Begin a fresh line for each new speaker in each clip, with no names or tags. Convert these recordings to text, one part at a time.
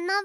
の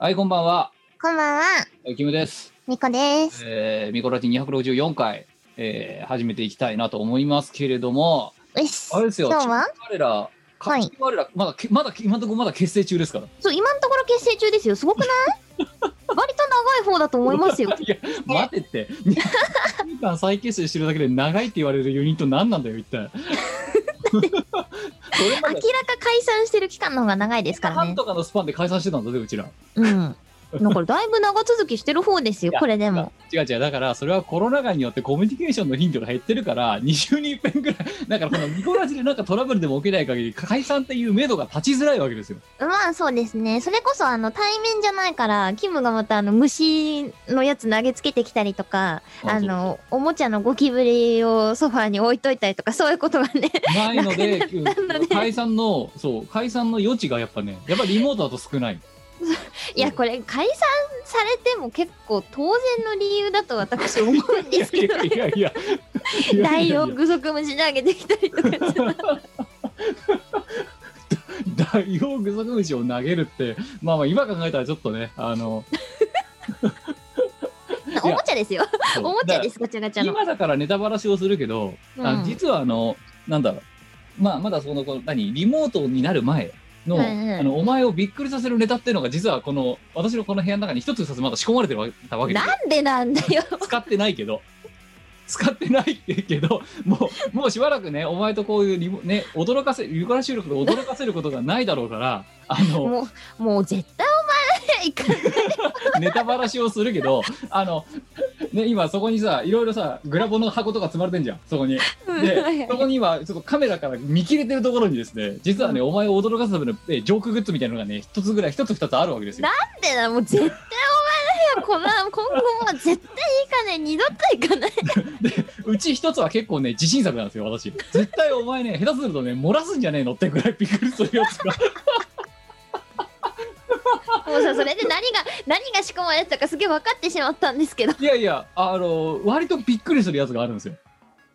はい、こんばんは。
こんばんは
えーキムです。
みこです
えー、ミコラティ264回、えー、始めていきたいなと思いますけれども、
うっす
あれですよ、
今日は
我ら、か
はい
我ら、まだ、けまだ、今のところまだ結成中ですから。
そう、今のところ結成中ですよ。す ごくない割と長い方だと思いますよ。
いや、待てって。2週間再結成してるだけで長いって言われるユニット何なんだよ、一 体。これま
明
で
らか解散してる期間の方が長いですから
半
ね。
とかのスパンで解散してたんだぜ、うちら。
うん。だからだいぶ長続きしてる方ですよ
いや、
これでも。
違う違う、だからそれはコロナ禍によってコミュニケーションの頻度が減ってるから、2週に1遍ぐらい、だからこのミコラジでなんかトラブルでも起きない限り、解散っていう目処が立ちづらいわけですよ。
まあそうですね。それこそあの対面じゃないから、キムがまたあの虫のやつ投げつけてきたりとか、あの、おもちゃのゴキブリをソファーに置いといたりとか、そういうことがね、
ないので、
なったのね
解散の、そう、解散の余地がやっぱね、やっぱりリモートだと少ない。
いや、これ解散されても結構当然の理由だと私 思うん
い
で
や
すけ
い
ど
やいや いや。
ダイ
い やい
オウ
や
グソクムシ投げてきたりとかして
ダイオウグソクムシを投げるって、まあまあ今考えたらちょっとね、あの、
おもちゃですよ。
そ
お
う
もちゃです、ガチャガチャの。
今だからネタバラシをするけど、
う
あ
ん
実はあのなんだろうまあまだそのこの何リモートになる前の,、
うんうん
あのお前をびっくりさせるネタっていうのが実はこの私のこの部屋の中に一つ二つまだ仕込まれてるわけたわけですよ
なんでなんだ よ。
使ってないけど使ってないって言うけどもうもうしばらくねお前とこういうリモね驚かせゆから収録で驚かせることがないだろうからあの
もう、もう絶対お前ら行か
ネタバラシをするけどあのね今そこにさいろいろさグラボの箱とか積まれてんじゃんそこに。
ない
で、そこに今、ちょっとカメラから見切れてるところにですね、実はね、お前を驚かすためのえジョークグッズみたいなのがね、一つぐらい、一つ二つあるわけですよ。
なんでな、もう絶対お前らよ。この、今後も絶対行かない。二度と行かない。
う ち一つは結構ね、自信作なんですよ、私。絶対お前ね、下手するとね、漏らすんじゃねえのってぐらいびっくりするやつが。
もうさ、それで何が、何が仕込まれてたかすげえ分かってしまったんで すけど。
いやいや、あの、割とびっくりするやつがあるんですよ。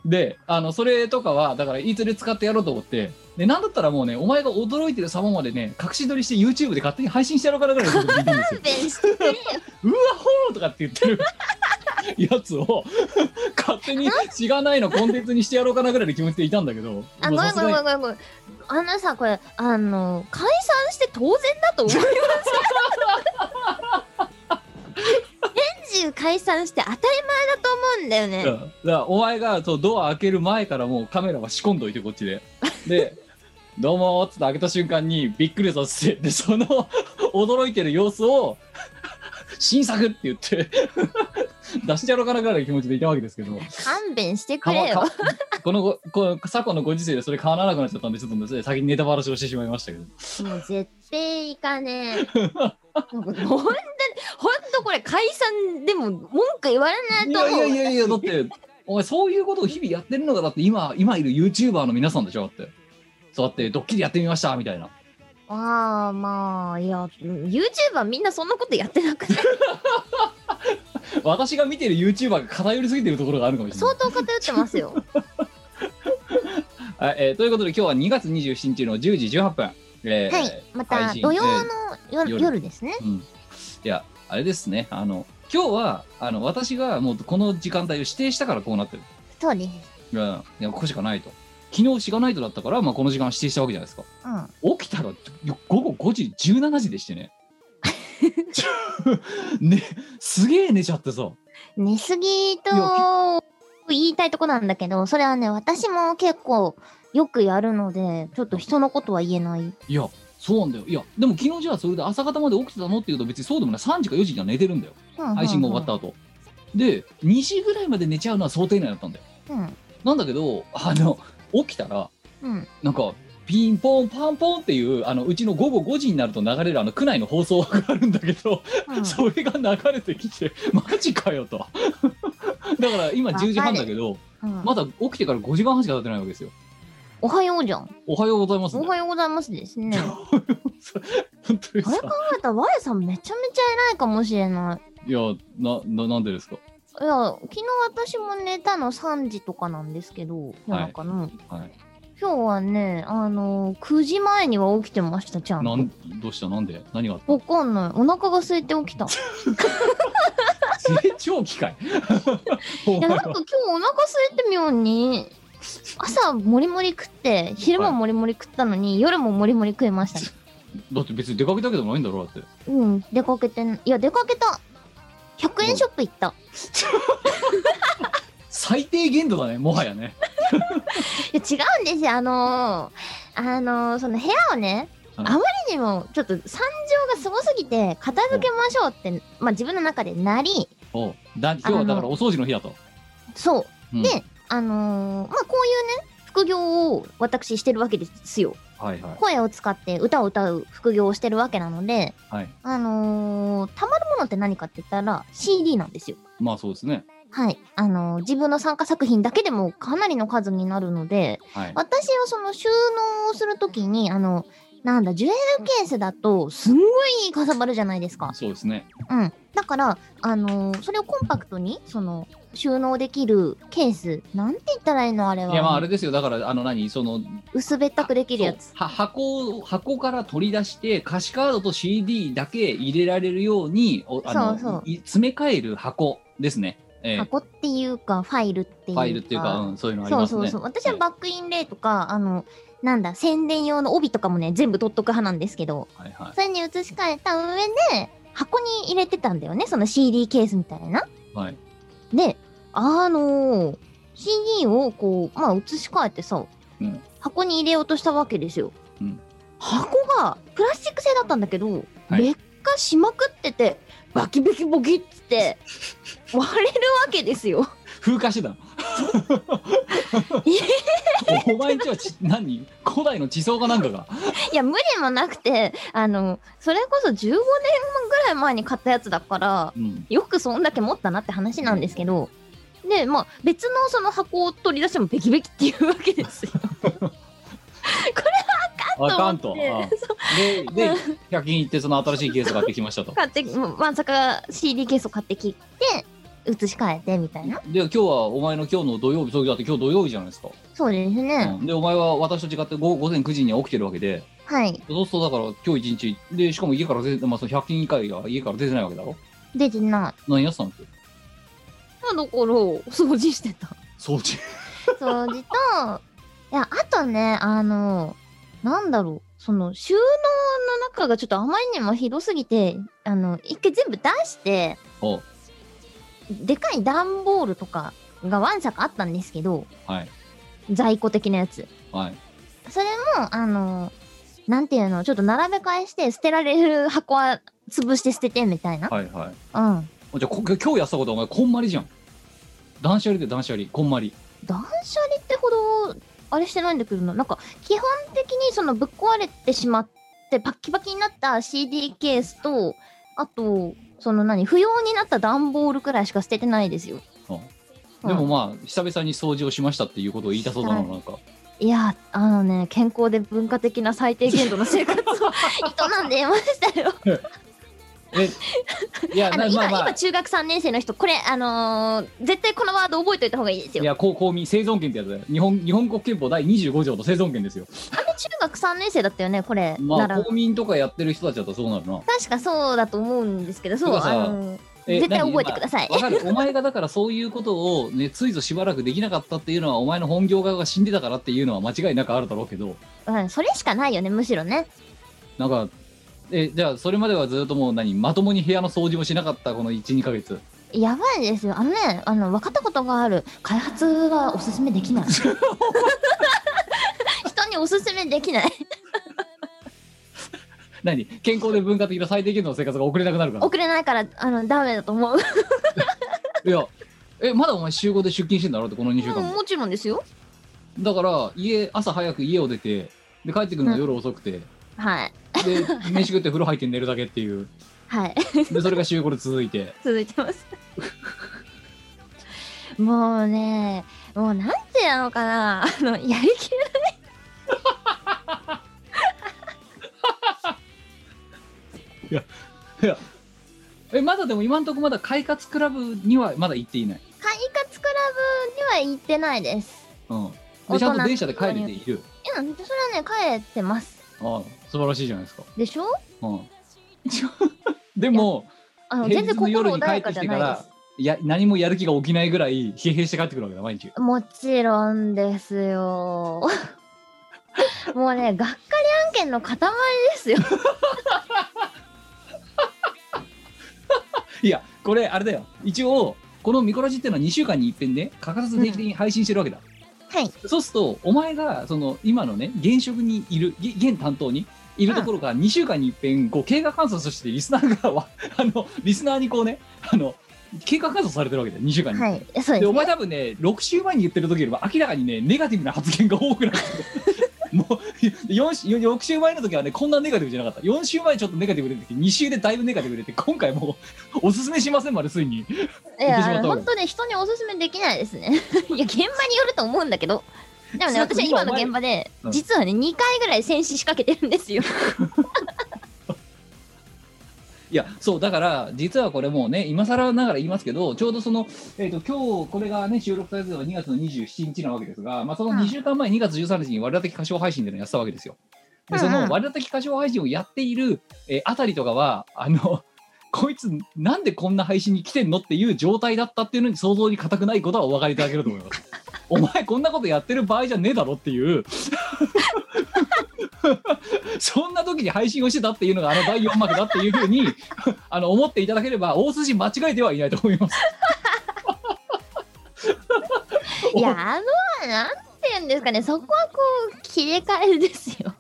で、あの、それとかは、だから、いずれ使ってやろうと思って、で、なんだったらもうね、お前が驚いてる様までね、隠し撮りして YouTube で勝手に配信してやろうからぐらいのこと聞いてるん ですよ
勘。弁してくれよ。
うわほーとかって言ってる やつを勝手にしがないのコンテンツにしてやろうかなぐらいの気持ちでいたんだけど
あ、ご
まあ
めん
さす
ご
が
め
に
んごめんごめん。あのさ、これ、あの、解散して当然だと思います。年中解散して当たり前だと思うんだよね。
うんだからお前がそうドア開ける前からもうカメラは仕込んどいてこっちで で「どうも」っつって開けた瞬間にびっくりさせて でその驚いてる様子を新作って言って 出してやろうかなぐらいの気持ちでいたわけですけど
勘弁してく
かわ
れよ。
かこのごこの昨今のご時世でそれ変わらなくなっちゃったんでちょっと先にネタバラシをしてしまいましたけど
もう絶対いかね え。ほんとに、ほんとこれ解散でも文句言われない
い
と
やい
思
や
う。
いやいや、だって、お前そういうことを日々やってるのが、だって今、今いる YouTuber の皆さんでしょだって。そうやって、ドッキリやってみました、みたいな。
ああ、まあ、いや、YouTuber みんなそんなことやってな くない
私が見てる YouTuber が偏りすぎてるところがあるかもしれな
相
い。
当偏ってますよ。
はいえーということで、今日は2月27日の10時18分。えー
はい。また、
配信
土曜
え
の
ー
夜
夜
夜ですね。
うん。いや、あれですね。あの、今日は、あの、私がもうこの時間帯を指定したからこうなってる。
そうです。
うん。いや、ここしかないと。昨日しがないとだったから、まあ、この時間指定したわけじゃないですか
うん。
起きたら午後5時17時でして ね ねすげえ寝ちゃってさ
寝すぎと言いたいとこなんだけど、それはね、私も結構よくやるので、ちょっと人のことは言えない。
いやそうなんだよいやでも昨日じゃあそれで朝方まで起きてたのっていうと別にそうでもない3時か4時には寝てるんだよ配信が終わった後で2時ぐらいまで寝ちゃうのは想定内だったんだよ
た。うん。
なんだけどあの起きたら
うん。
なんかピンポンパンポンっていうあのうちの午後5時になると流れるあの区内の放送があるんだけど、
うん
それが流れてきてマジかよと だから今10時半だけど
うん
まだ起きてから5時間半しか経ってないわけですよ
おはようじゃん。
おはようございます、
おはようございますですね。あ
本当にさ
あれなた、わやさんめちゃめちゃ偉いかもしれない
やなななんでですか
い。いや、昨日私も寝たの3時とかなんですけど、夜中の。
はい
今日はね、あのー、9時前には起きてました、ちゃん
な
と。
んどうしたなんで何があっ
わかんない。お腹が空いて起きた。
た成長機会
いやなんか今日お腹空いて妙に朝もりもり食って昼ももりもり食ったのに、夜ももりもり食いましたね、
だって別に出かけたわけでもないんだろだって
うん出かけてんいや出かけた100円ショップ行った
最低限度だねもはやね
いや違うんですよあのー、あのー、その部屋をね
はい
あまりにもちょっと惨状がすごすぎて片付けましょうって、まあ、自分の中でなり
おうだ今日はだからお掃除の日だと、
そう
うん
であのー、まあこういうね副業を私してるわけですよ
はいはい
声を使って歌を歌う副業をしてるわけなので、
はい
あのー、たまるものって何かって言ったら CD なんですよ。
まあそうですね
はい。あのー自分の参加作品だけでもかなりの数になるので、
はい
私はその収納をするときに、あの、なんだ、ジュエルケースだと、すんごいかさばるじゃないですか。
そうですね
うん。だから、あのーそれをコンパクトに、その、収納できるケース、なんて言ったらいいのあれは。
いやまああれですよだからあの何その
薄べったくできるやつ。
そうは箱を箱から取り出して歌詞カードと CD だけ入れられるようにおあの
そうそう
い詰め替える箱ですね、ええ
箱っていうか、ファイルっていう
ファイルっていうか、うん、そういうのあり
そう
ます
そう
ね
そう。私はバックインレイとか、あの、なんだ、宣伝用の帯とかもね、全部取っとく派なんですけど、
はいは
それに移し替えた上で、箱に入れてたんだよね、その CD ケースみたいな。
いはい
で、あのー CD をこう、まあ移し替えてさ、
うん
箱に入れようとしたわけですよ。
うん
箱がプラスチック製だったんだけど、
はい
劣化しまくってて、バキバキボキっ つって、割れるわけですよ。
風化してたのお前んちはち何古代の地層かなんかが
いや無理もなくてあのそれこそ15年ぐらい前に買ったやつだから
うん
よくそんだけ持ったなって話なんですけどでまあ別のその箱を取り出してもべきべきっていうわけですよ。
あかんと
と思
あ
っ
でで100均行ってその新しいケース買ってきましたと
買ってまさか CD ケースを買ってきて移し替えてみたいな
で今日はお前の今日の土曜日そうだって今日土曜日じゃないですか、
そうですね、
うんでお前は私と違って午後午前9時には起きてるわけで
はい
そうするとだから今日一日でしかも家から出て、まあ、その100均以外が家から出てないわけだろ
出てない
何やってたんですよ
まあだから掃除してた
掃除
掃除といやあとねあのなんだろうその収納の中がちょっとあまりにもひどすぎてあの一回全部出して
お
でかい段ボールとかがわんさかあったんですけど
はい
在庫的なやつ
はい
それもあのなんていうのちょっと並べ替えして捨てられる箱は潰して捨ててみたいな、
はいはい
うん
あじゃあこ今日やってたことはお前こんまりじゃん断捨離で断捨離こんまり
断捨離ってほどあれしてないんだけどななんか基本的にそのぶっ壊れてしまってパッキパキになった CD ケースとあとその何不要になった段ボールくらいしか捨ててないですよ
でもまあ久々に掃除をしましたっていうことを言いたそうだな
はい
なんか
いやあのね健康で文化的な最低限度の生活を営んでいましたよ
えいや
あ
な
の今、
まあまあ
今中学3年生の人これあのー絶対このワード覚えておいた方がいいです
い
よ
や公公民生存権ってやつだよ日本日本国憲法第25条の生存権ですよ
あれ中学3年生だったよねこれ、
まあ
習う
公民とかやってる人たちだとそうなるな
確かそうだと思うんですけどそう
てかさ
あのー
え
絶対
何
覚えてください
まあわ、かる。お前がだからそういうことをね、ついぞしばらくできなかったっていうのは、お前の本業側が死んでたからっていうのは間違いなくあるだろうけど、
うん、それしかないよね、むしろね。
なんか、え、じゃあそれまではずっともう何、まともに部屋の掃除もしなかったこの1、2ヶ月。
やばいですよ。あのね、あの、分かったことがある。開発はおすすめで きない。人におすすめできない。
何健康で文化的な最低限度の生活が送れなくなるから。
遅れないから、あの、ダメだと思う。
いや、え、まだお前週5で出勤してんだろって、この2週間
うん
も。
もちろんですよ。
だから、家、朝早く家を出て、で、帰ってくるのが夜遅くて、
はい。
で、 飯食って風呂入って寝るだけっていう。
はい。
で、それが週5で続いて。
続いて ます。もうね、もうなんてなのかな。あの、やりきれない。
え、まだでも今んとこまだ快活クラブにはまだ行っていない。
快活クラブには行ってないです。
うん。
大人
で、ちゃんと電車で帰れている。
うん、それはね、帰ってます。
ああ、素晴らしいじゃないですか。
でしょ
うん。 でも、
あの、
平
全
日
然
の夜
心
に帰
穏
っ
や
て
か
き
じゃ
てか
ないで
ら
す。、
いや、 何もやる気が起きないぐらい、疲弊して帰ってくるわけだ、毎日。
もちろんですよ。 もうね、がっかり案件の塊で すよ。
いや、これ、あれだよ。一応、このミコラジっていうのは2週間に一遍ね、欠かさず定期的に配信してるわけだ。
はい。
そうすると、お前が、その、今のね、現職にいる、げ現担当にいるところから2週間に一遍、こう、経過観察として、リスナーが、 あの、リスナーにこうね、あの、経過観察されてるわけだよ、2週間に。
はい。そう
で、
で
お
す。
前多分ね、6週前に言ってる時よりも明らかにね、ネガティブな発言が多くなってるもう4週6週前の時はねこんなネガティブじゃなかった4週前ちょっとネガティブ出てきて2週でだいぶネガティブ出て今回もうおすすめしませんまでついに行
い
ってしまった
や、
わけ
本当ね、人におすすめできないですね。 いや、現場によると思うんだけど。でもね、
少なく
私
と
は
も
今の現場で
お前、
実はね、2回ぐらい戦死仕掛けてるんですよ。
いやそうだから実はこれもうね今更ながら言いますけどちょうどその、えー、と今日これがね収録されてるのが2月の27日なわけですが、まあ、その
うん
2週間前2月13日に割り当て歌唱配信でのやってたわけですよでそ
うんう
の
ん
割り当て歌唱配信をやっている、えーあたりとかはあの こいつなんでこんな配信に来てんのっていう状態だったっていうのに想像に固くないことはお分かりいただけると思い ますお前こんなことやってる場合じゃねえだろっていう そんな時に配信をしてたっていうのがあの第4幕だっていうふうにあの思っていただければ大筋間違えてはいないと思います
いや、あの、なんて言うんですかね、そこはこう、切り替えですよ。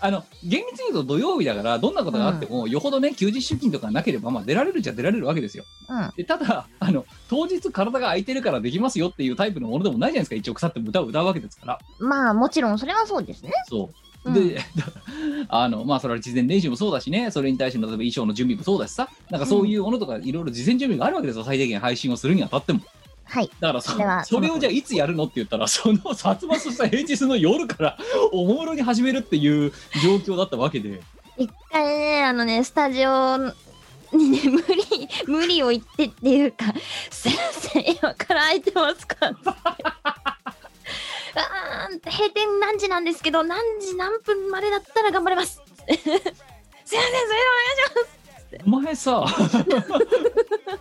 あの厳密に言うと土曜日だからどんなことがあっても、よほどね休日出勤とかなければ、まあ、出られるじゃ出られるわけですよ
うん。
でただ あの当日体が空いてるからできますよっていうタイプのものでもないじゃないですか一応腐っても歌を歌うわけですから
まあ、もちろん、それはそうですね。
そう
うん
で、 あのまあそれは事前練習もそうだしねそれに対しての例えば衣装の準備もそうだしさなんかそういうものとかいろいろ事前準備があるわけですよ最低限配信をするにあたっても
はい。
だからそ
それは
それをじゃあいつやるのって言ったらその殺伐とした平日の夜からおもむろに始めるっていう状況だったわけで
一回ね、あのね、スタジオにね、無理、 無理を言ってっていうか、先生、今から空いてますかって。あー閉店何時なんですけど、何時何分までだったら頑張れます。 すいません、それで
お前 さ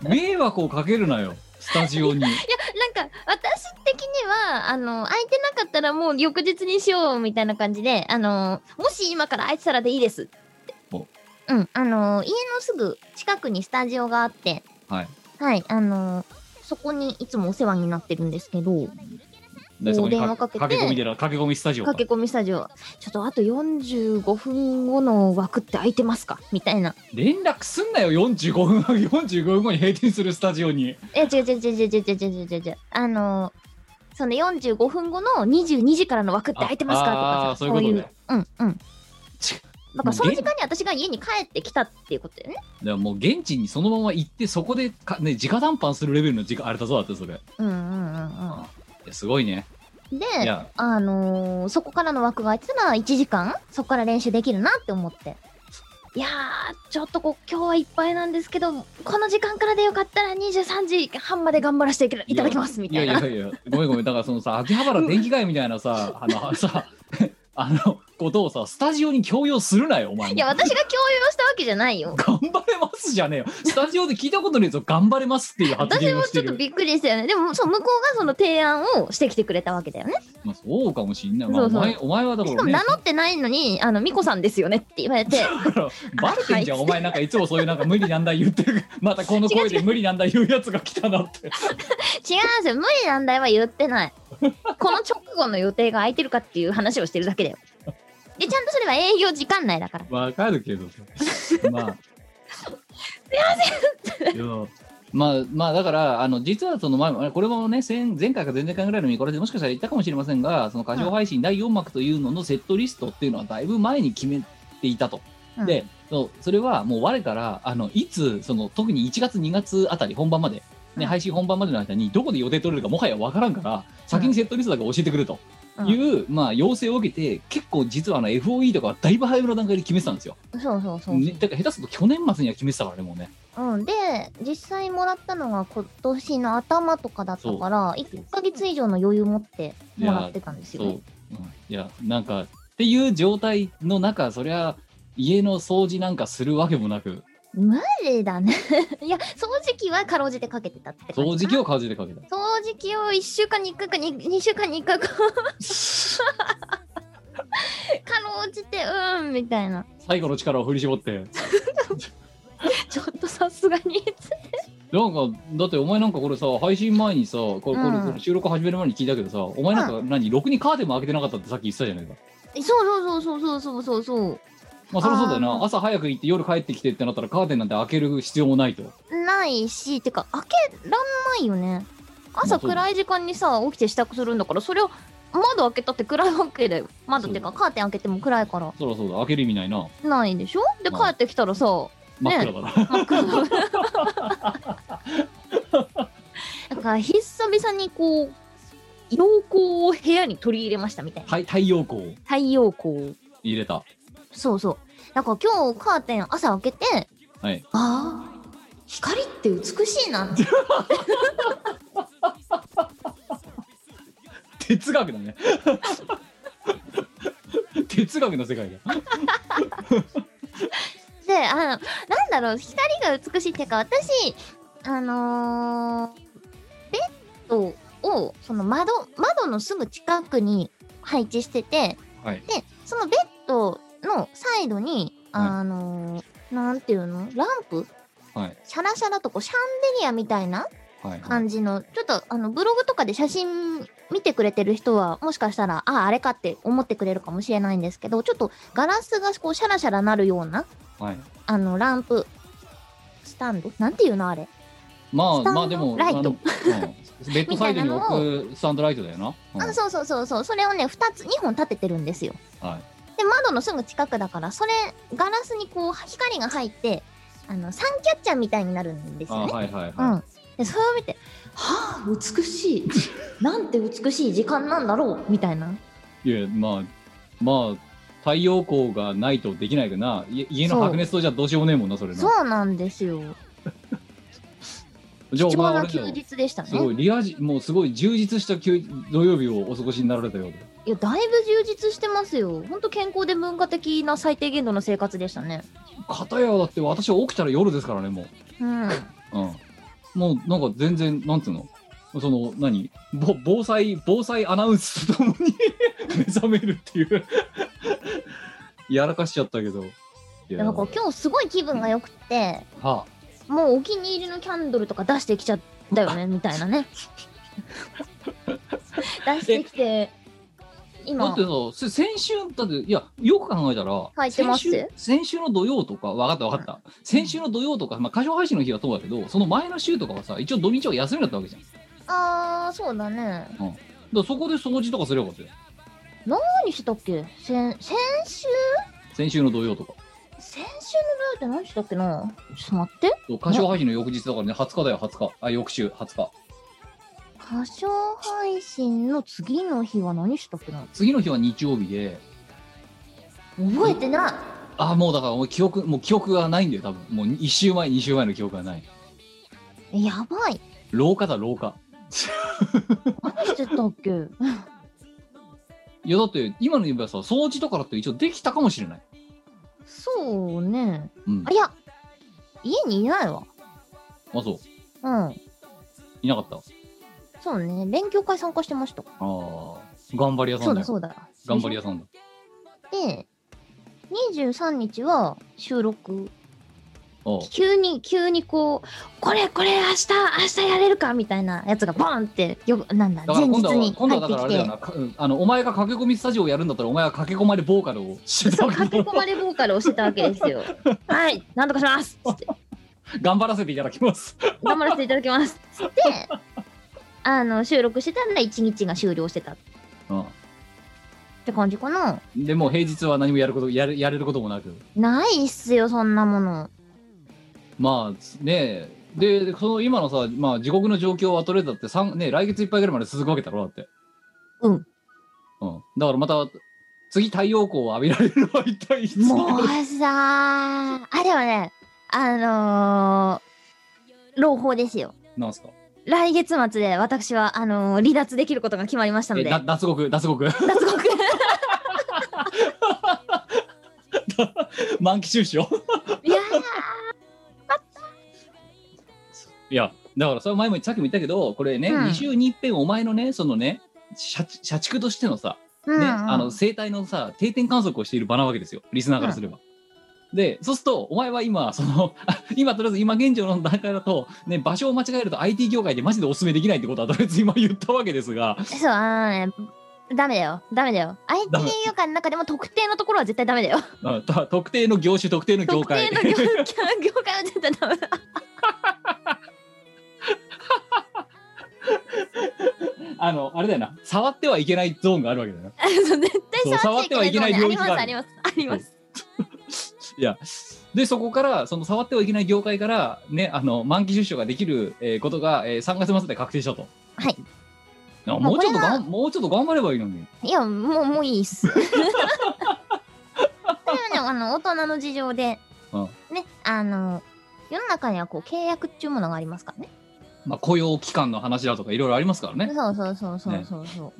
迷惑をかけるなよスタジオに。
お願いします。なんか、私的には、あの、空いてなかったらもう翌日にしようみたいな感じで、あの、もし今から空いてたらでいいですって。
お
うん、あの、家のすぐ近くにスタジオがあって、
はい
はい、あのーそこにいつもお世話になってるんですけど、
でそこに
電話かけて
駆け込み寺駆け込みスタジオか
駆け込みスタジオ、ちょっとあと45分後の枠って空いてますかみたいな。
連絡すんなよ45分後45分後に閉店するスタジオに
え、違う違う違う違う違う違う違う違う。あのーその45分後の22時からの枠って空いてますかと
ああ
か
ー
さ
そういうことね
うんうん。
ち
だからその時間に私が家に帰ってきたっていうことだよね。
でももう現地にそのまま行ってそこでかね直談判するレベルの時間あれだぞだってそれい
うんうんうん
やすごいね
うん。で、
いや
あのーそこからの枠が空いてたら1時間そこから練習できるなって思っていやーちょっとこう今日はいっぱいなんですけどこの時間からでよかったら23時半まで頑張らせていけるいただきますみ
い
た
やい
いな
やいやごめんごめんだからそのさ秋葉原電気街みたいなさあのさ あのことをさスタジオに強要するなよお前も
いや、私が共有したわけじゃないよ。
頑張れますじゃねえよスタジオで聞いたことないぞ頑張れますっていう発
私
言を
も
し
ち
て
ょっと
る
びっくりしたよね。でも、そう、向こうがその提案をしてきてくれたわけだよね。
まあそうかもしんない、まあ、
そ
お
うそう
前お前はだか
し
ら
かも
ね
名乗ってないのに、あの、ミコさんですよねって言われて、
だからバレてんじゃん、お前なんかいつもそういうなんか無理なんだ言ってるまたこの声で無理なんだ言うやつが来たなって
違うんですよ、無理なんだよは言ってない。 この直後の予定が空いてるかっていう話をしてるだけだよ。で、ちゃんとそれは営業時間内だから。
わかるけどまあすいませんいやまあまあだからあの実はその前もこれもね先前回か前々回ぐらいの見これでもしかしたら言ったかもしれませんがその歌唱配信第4幕というののセットリストっていうのはだいぶ前に決めていたと。
うん
でそうそれはもう我からあのいつその特に1月2月あたり本番まで、ね、配信本番までの間にどこで予定取れるかもはやわからんから先にセットリストだけ教えてくれと
うん
いう、まあ、要請を受けて結構実はあの FOE とかはだいぶ早めの段階で決めてたんですよ。
そうそうそう。
ね、だから下手すると去年末には決めてたからねもうね。
うん、で実際もらったのが今年の頭とかだったから1ヶ月以上の余裕持ってもらってたんですよ、
そう、うん
ね、、
いやなんかっていう状態の中そりゃ家の掃除なんかするわけもなく
マジだね いや掃除機はかろうじてかけてたって感
掃
じ
除機を数でかけた。
掃除機を1週間に1回か 2, 2週間に1回か かろうじてうんみたいな
最後の力を振り絞って
ちょっとさすがに
なんかだってお前なんかこれさ配信前にさこれこれ
うん
これ収録始める前に聞いたけどさ、お前なんか何ろくにカーテンも開けてなかったってさっき言ってたじゃないか、
そうそうそうそうそうそうそう
まあ、そりゃそうだよ
あ
な
ー
朝早く行って夜帰ってきてってなったらカーテンなんて開ける必要もないと
ないしてか開けらんないよね
まあ
朝
そう
暗い時間にさ起きて支度するんだからそれを窓開けたって暗いわけだよ窓っていうかカーテン開けても暗いから
そりゃそうだ開ける意味ないな
ないでしょで
まあ
帰ってきたらさ
真っ暗だな、
真っ暗だだから久々にこう陽光を部屋に取り入れましたみたいな
太太陽光を
太陽光を
入れた
そうそうだから今日カーテン朝開けて
はい
ああ光って美しいなって
哲学だね 哲学の世界だ
であのなんだろう光が美しいっていうか私あのーベッドをその窓窓のすぐ近くに配置してて
はい
でそのベッドのサイドにあのーなんていうのランプ
はい
シャラシャラとこうシャンデリアみたいな
はいはい
感じのちょっとあのブログとかで写真見てくれてる人はもしかしたらあああれかって思ってくれるかもしれないんですけどちょっとガラスがこうシャラシャラなるような
はい
あのランプスタンドなんていうのあれ
ま
スタ
あ
ンド
まあでも
ライト
あのうんベッドサイドに
みたいな
置くスタンドライトだよな、うん
あそうそうそうそうそれをね2つ2本立ててるんですよ
はい
で窓のすぐ近くだからそれガラスにこう光が入ってあのサンキャッチャーみたいになるんです
あ
よね
はいはいはい、
うんでそれを見て「はあ美しい なんて美しい時間なんだろう」みたいない
やまあまあ太陽光がないとできないけどない家の
そう
白熱灯じゃどうしようもねえもんなそれな
そうなんですよ
じゃあ
貴
お前
重
あ
な
れだ
休
よ
日でしたね
すごいリアジもうすごい充実した休土曜日をお過ごしになられたようで
いやだいぶ充実してますよほんと健康で文化的な最低限度の生活でしたね
片やだって私は起きたら夜ですからねも
うん
う、うん、もうなんか全然なんつうのその何ぼ防災防災アナウンスとともに 目覚めるっていうやらかしちゃったけどいや
なんか今日すごい気分が良くって、
はあ
もうお気に入りのキャンドルとか出してきちゃったよねみたい なね出してき
だ
て
っ
今
てさせ先週だっていやよく考えたら
入ってま
先
す
週先週の土曜とか分かった分かった先週の土曜とか、まあ、歌唱配信の日はそうだけどその前の週とかはさ一応土日は休みだったわけじゃんだか
あーそうだね
らそこで掃除とかすればよかったよ
何したっけ先先週
先週の土曜とか
先週の土曜って何したっけなちょっと待って
そう歌唱配信の翌日だからね20日だよ20日あ翌週20日
歌唱配信の次の日は何したっけな
次の日は日曜日で
覚えてない
ああもうだからもう記憶もう記憶がないんだよ多分もう1週前2週前の記憶がない
えやばい
廊下だ廊下
何してたっけ
いやだって今の指輪さ掃除とかだって一応できたかもしれない、
そうね。
うん
あ、いや、家にいないわ。
あそう
うん。
いなかったあ
そうね。勉強会参加してました。
あー頑張り屋
そ
さ
うん
だ
だ
よ
そうだ。
頑張り屋さんだ
で、23日は収録。
ああ
急に、急にこう、これこれ明日、明日やれるかみたいなやつがボーンって、よなんだ、
だから
前
今
日
度は
に
今度はだ
入
からあ
っ
れだよ
て
なかうんあのお前が駆け込みスタジオをやるんだったらお前は駆け込まれボーカルをし
き
て
て、
た
そう、
わけ
駆け込まれボーカルをしてたわけですよ。はい、なんとかしますつって、
頑張らせていただきます
頑張らせていただきますつって、あの、収録してたら1日が終了してたっ
う
て感じかな。
んでもう平日は何もやることやれやれることもなく
ないっすよ、そんなもの。
まあねででその今のさ、まあ、地獄の状況はとりあえずだって、さんね、来月いっぱいぐらいまで続くわけだろだって、
うん。
うん、だからまた次太陽光を浴びられるのは一体いつ
もうさあれはね、あのー、朗報ですよ。
なんすか
来月末で私は、あのー離脱できることが決まりましたの
え
で、
だ
脱
脱獄脱獄
獄。
満期中止を
いや
いやだからそれは前もさっきも言ったけどこれね、
うん
2週に一遍お前のねそのね社社畜としてのさ、
ー、
ね
うん
あの生態のさ定点観測をしている場なわけですよリスナーからすれば。でそうするとお前は今その 今とりあえず今現状の段階だと、ね、場所を間違えると IT 業界でマジでおすすめできないってことはとりあえず今言ったわけです が
そう、あのね、ダメだよ、ダメだよ。IT
ダメ
業界の中でも特定のところは絶対ダメだよ。
あた特定の業種特定の業
特
界
定の業 界業界は絶対ダメだ。
あのあれだよな触ってはいけないゾーンがあるわけだよな。
あの絶
そう
対触っちゃいけない
触ってはいけない領
とこ
域
ね
がある
あります、あります、あります。
いや、で、そこから、その触ってはいけない業界から、ね、あの、満期出所ができる、えーことが、えー3月末で確定したと。
はい
な。
まあ
もうちょっと
これ
が
は
ん、もうちょっと頑張ればいいのに。
いや、もう、もういいっす。それはね、あの、大人の事情で、
うん
ね、あの、世の中にはこう、契約っていうものがありますからね。
まあ、雇用期間の話だとか、いろいろありますから ね。
そうそうそうそうそうそう。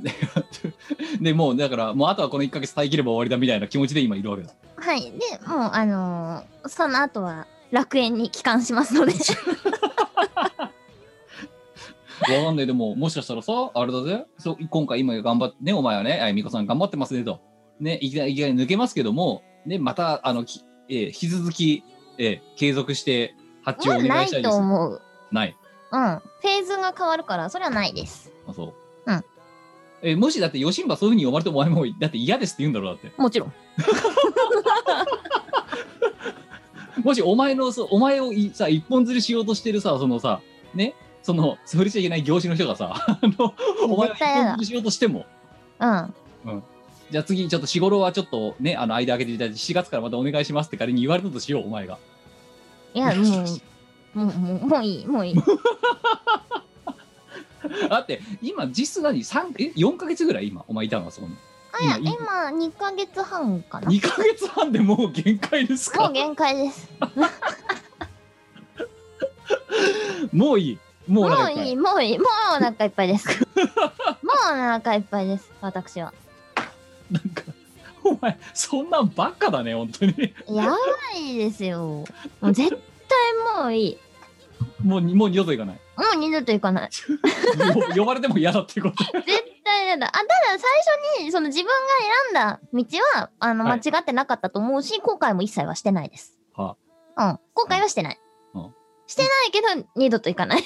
で、もう、だから、もう、あとはこの1ヶ月耐え切れば終わりだみたいな気持ちで今いるわけだ。
はい。で、もう、あのーその後は、楽園に帰還しますので。
わかんない、でも、もしかしたらさ、あれだぜ。そう今回、今頑張って、ね、お前はね、あいみこさん頑張ってますね、と。ね、いきなり、いきなり抜けますけども、ね、また、あの、きえー引き続き、えー継続して、発注を
も
お
う
願
ない
した
い
いで
と
す。
思う。
ない。
うん。フェーズが変わるから、それはないです。
あ、そう。
うん。
え、もしだって、ヨシンバそういうふうに呼ばれても、お前も、だって嫌ですって言うんだろ、だって。
もちろん。
もし、お前の、そうお前をいさ、一本釣りしようとしてるさ、そのさ、ね、その、触れちゃいけない業種の人がさ、 あの、お前を一
絶対
本
やだ
釣りしようとしても、
うん。
じゃあ次、ちょっと、日頃はちょっとね、あの、間開けていただいて、4月からまたお願いしますって仮に言われたとしよう、お前が。
いや、もう、もう、もう、もういい、もういい。
だって、今、実際に3、え、4ヶ月ぐらい今、お前いたのはそこに。
あ、い
今
や、
いい
今、2ヶ月半かな。
2ヶ月半でもう限界です
も
か
う限界です。
もういい。もう
も
お腹
う
いっぱい
いい、もういい、もうお腹いっぱいで す。もうお腹いっぱいです、私は。
なんか、お前、そんなんばっかだね、本当に。
やばいですよ。もう絶対もういい。
もうに、もう二度と行かない。
もう二度と行かない。
よ呼ばれても嫌だってこと。
絶対やだ。あ、ただ最初に、その自分が選んだ道は、あの、
は
間
い
違ってなかったと思うし、後悔も一切はしてないです。
は
うん。後悔はしてない。
うん
してないけど、二度と行か ない。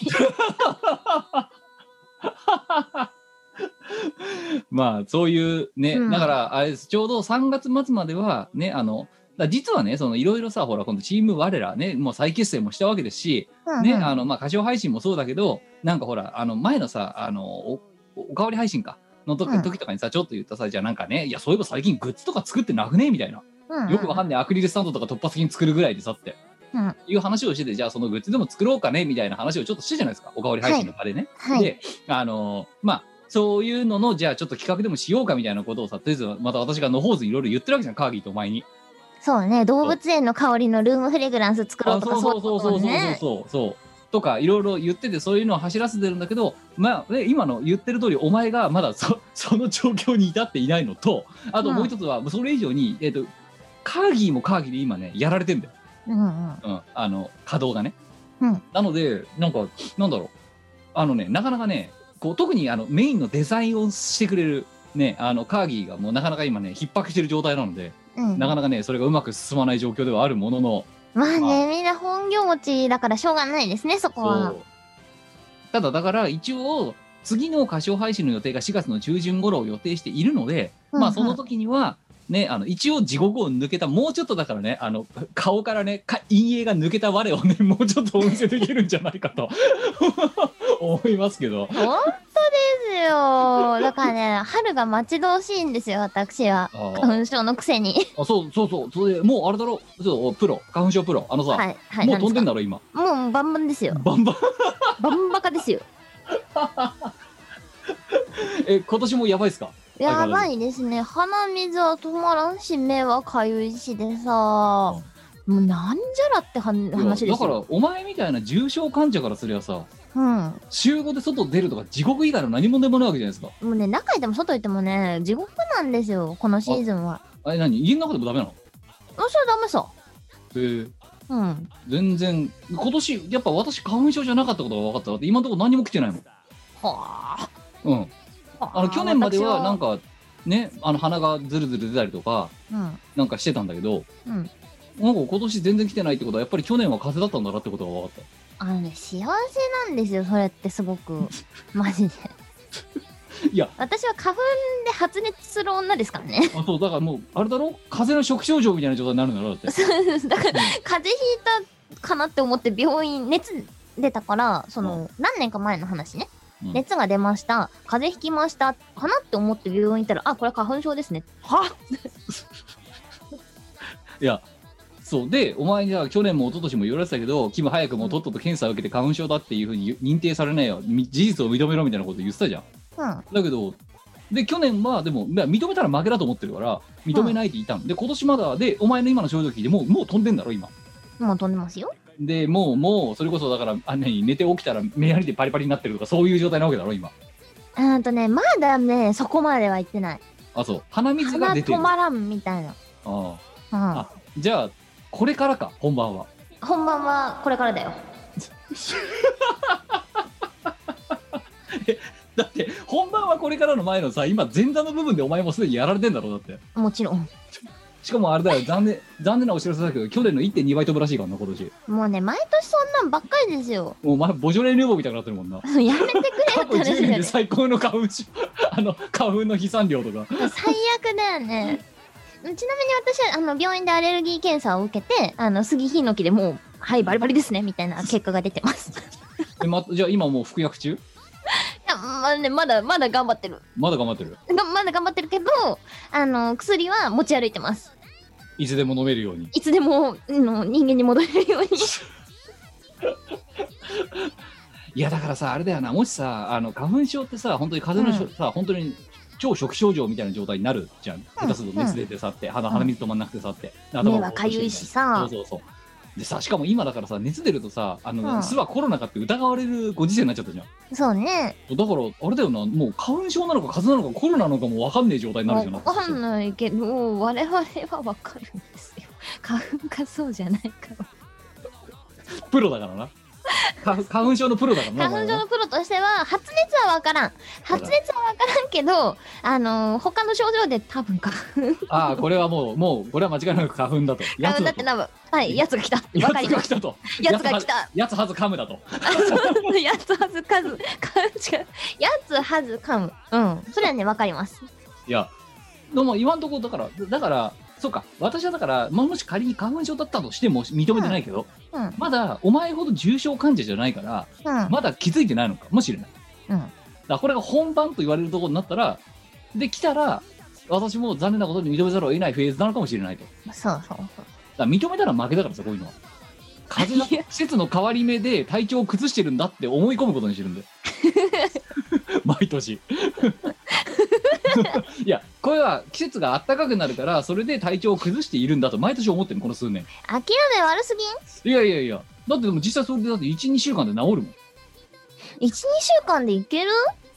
まあ、そういうね、
うん
だから、あれです、ちょうど3月末までは、ね、あの、だ実はね、そのいろいろさ、ほら、今度チーム我らね、もう再結成もしたわけですし、
うんうん
ね、あの、まあ、歌唱配信もそうだけど、なんかほら、あの、前のさ、あの、お、おかわり配信か、の時,、
うん
時とかにさ、ちょっと言ったさ、じゃあなんかね、いや、そういえば最近グッズとか作ってなくねみたいな。
うんうん
よくわかんないアクリルスタンドとか突発的に作るぐらいでさって、
うん
いう話をしててじゃあそのグッズでも作ろうかねみたいな話をちょっとしてじゃないですかおかわり配信の場でね。
はい。
であのーまあそういうののじゃあちょっと企画でもしようかみたいなことをさとりあえずまた私がのほうずいろいろ言ってるわけじゃんカーギーとお前に。
そうね、動物園の香りのルームフレグランス作ろう
あ
と
そ
か
う
そう
そ
いう
そうそうそう
うこと
そう
ね。
そうそう。とかいろいろ言っててそういうのを走らせてるんだけど、まあ、ね今の言ってる通りお前がまだそ その状況に至っていないのとあともう一つはそれ以上に、えっとカーギーもカーギーで今ねやられてんだよ、
うんうん
うん、あの稼働がね。
うん
なのでなんかなんだろうあのねなかなかねこう特にあのメインのデザインをしてくれる、ね、あのカーギーがもうなかなか今ね逼迫してる状態なので。
うん
なかなかね、それがうまく進まない状況ではあるものの、
まあ
ま
ね、みんな本業持ちだからしょうがないですね、そこは。
そうただ、だから一応、次の歌唱配信の予定が4月の中旬頃を予定しているので、
うんうん
まあその時には、ね、あの一応地獄を抜けたもうちょっとだからねあの顔からねか陰影が抜けた我をね もうちょっとお見せできるんじゃないかと 思いますけど
本当ですよ。だからね、春が待ち遠しいんですよ、私は。
あー
花粉症のくせに。
あそうそうそうそれでもうあれだろそうプロ花粉症プロあのさ、
はい、はい。
もう飛んでん
の
だろ今
もうバンバンですよ。
バンバン
バンバカですよ。
え今年もやばいっすか
やばいですね。鼻水は止まらんし、目はかゆいしでさ、もうなんじゃらってはん話
い
で
や
す
だか
よ。
らお前みたいな重症患者からすりゃさ
うん。
週5で外出るとか地獄以外の何もでもないわけじゃないですか
もうね、中いても外いてもね、地獄なんですよ、このシーズンは。
あれ何家の中でもダメなの
もうそれダメさ。
で
うん。
全然今年やっぱ私花粉症じゃなかったことが分かっただって今のところ何も来てないもん
はあ。
うんあの去年まではなん
か。
かねあの鼻がズルズル出たりとか
うん。
なんかしてたんだけど
うん。
なんか今年全然来てないってことはやっぱり去年は風邪だったんだなってことが分かっ
あのね、幸せなんですよ、それってすごく。 マジで。
たいや
私は花粉で発熱する女ですからね。
あそうだからもうあれだろ風邪の初期症状みたいな状態になるんだろだって
だから、風邪ひいたかなって思って病院、熱出たから、その、何年か前の話ね。
うん
熱が出ました、風邪ひきました、かなって思って病院行ったら、あ、これ花粉症ですね。は
うんいやそうでお前じゃあ去年も一昨年も言われてたけどキム早くもうとっとと検査を受けて花粉症だっていうふうに認定されないよみ事実を認めろみたいなこと言ってたじゃん
うん。
だけどで去年はでもまあ認めたら負けだと思ってるから認めないでいたん、で今年まだでお前の今の症状聞いてもうもう飛んでんだろ今
もう飛んでますよ。
でもうもうそれこそだからあ何寝て起きたら目やりでパリパリになってるとかそういう状態なわけだろ今
うーんとね、まだね、そこまでは行ってない。
あそう鼻水
鼻
が出て
止
るあ
まらんみたいな。
あ
うん
あ。じゃあこれからか本番は
本番はこれからだよ。
だって本番はこれからの前のさ今前座の部分でお前もすでにやられてんだろだって
もちろん。
しかもあれだ よ残念残念なお知らせだけど去年の1.2倍飛ぶらしいからな今年
もうね、毎年そんなんばっかりですよ。
もうお前ボジョレ・ヌーボーみたいになってるもんな
やめてくれよ
過
っ
去
て話
10年
だよ
で
ね。
最高の花粉症あの 花粉の飛散量とか
最悪だよね。ちなみに私はあの病院でアレルギー検査を受けて、あの杉ヒノキでもう、はい、バリバリですね、みたいな結果が出て ます。い
え、ま、じゃあ今もう服薬中
や、まあね、まだ、まだ頑張ってる。
まだ頑張ってる
がまだ頑張ってるけど、あの、薬は持ち歩いてます。
いつでも飲めるように
いつでも、あの人間に戻れるよう に。
いやだからさあれだよなもしさあの花粉症ってさ本当に風邪のしょ、さ本当に超食症状みたいな状態になるじゃん、下手すると熱出てさって鼻鼻水止まんなくてさって、頭
目
が
はかゆいしさ
そうそうそうでさしかも今だからさ熱出るとさあの、
うん
巣はコロナかって疑われるご時世になっちゃったじゃん
そうね。
だからあれだよなもう花粉症なのか風邪なのかコロナなのかも分かんねえ状態になるじゃん
わかんないけど、我々はわかるんですよ。花粉かそうじゃないかは。
プロだから な花花粉症のプロだからなお
花
前はな
粉症のプロとしては、発熱はわからん。発熱はわからんけど、あのー他の症状で多分花粉。
ああこれはもうもうこれは間違いなく花粉だとや
花
つ
粉だ
だ
っ
と
て多分。はい、やつが来た。
や
わ
つ
かり
が
ま
来
した
と
た。やつが来た。
やつはず噛むだと
やつはずかず、か違う。やつはずかむ。うん。それはね、わかります。
いやでも今んとこだからだからそうか私はだから、まあ、もし仮に花粉症だったとしても認めてないけど、
うん。うん。
まだお前ほど重症患者じゃないからまだ気づいてないのかもしれない
うん。
だからこれが本番と言われるところになったらで来たら私も残念なことに認めざるを得ないフェーズなのかもしれないと
そうそうそう。
だから認めたら負けだからさこういうのは風邪の季節の変わり目で体調を崩してるんだって思い込むことにしてるんだよ毎年いやこれは季節が暖かくなるからそれで体調を崩しているんだと毎年思ってるこの数年
諦め悪すぎん
いやいやいやだってでも実際それでだって12週間で治るもん
?1、2週間でいける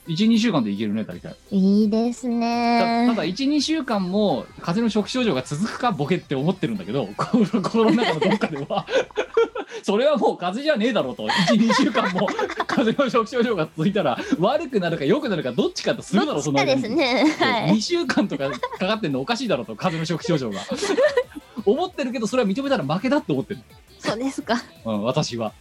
12週間でいけるね大体
いいです
たた
ね
だ12週間も風邪の初期症状が続くかボケって思ってるんだけど この心の中のどっかでは それはもう風邪じゃねえだろうと12週間も 風邪の初期症状が続いたら悪くなるか良くなるかどっちかとするだ
ど
ろ
っ
うそ
ち
の間
かで
に
すね。はい。
2週間とかかかってんのおかしいだろうと風邪の初期症状 が思ってるけどそれは認めたら負けだって思ってる、
そうですか。
うん、私は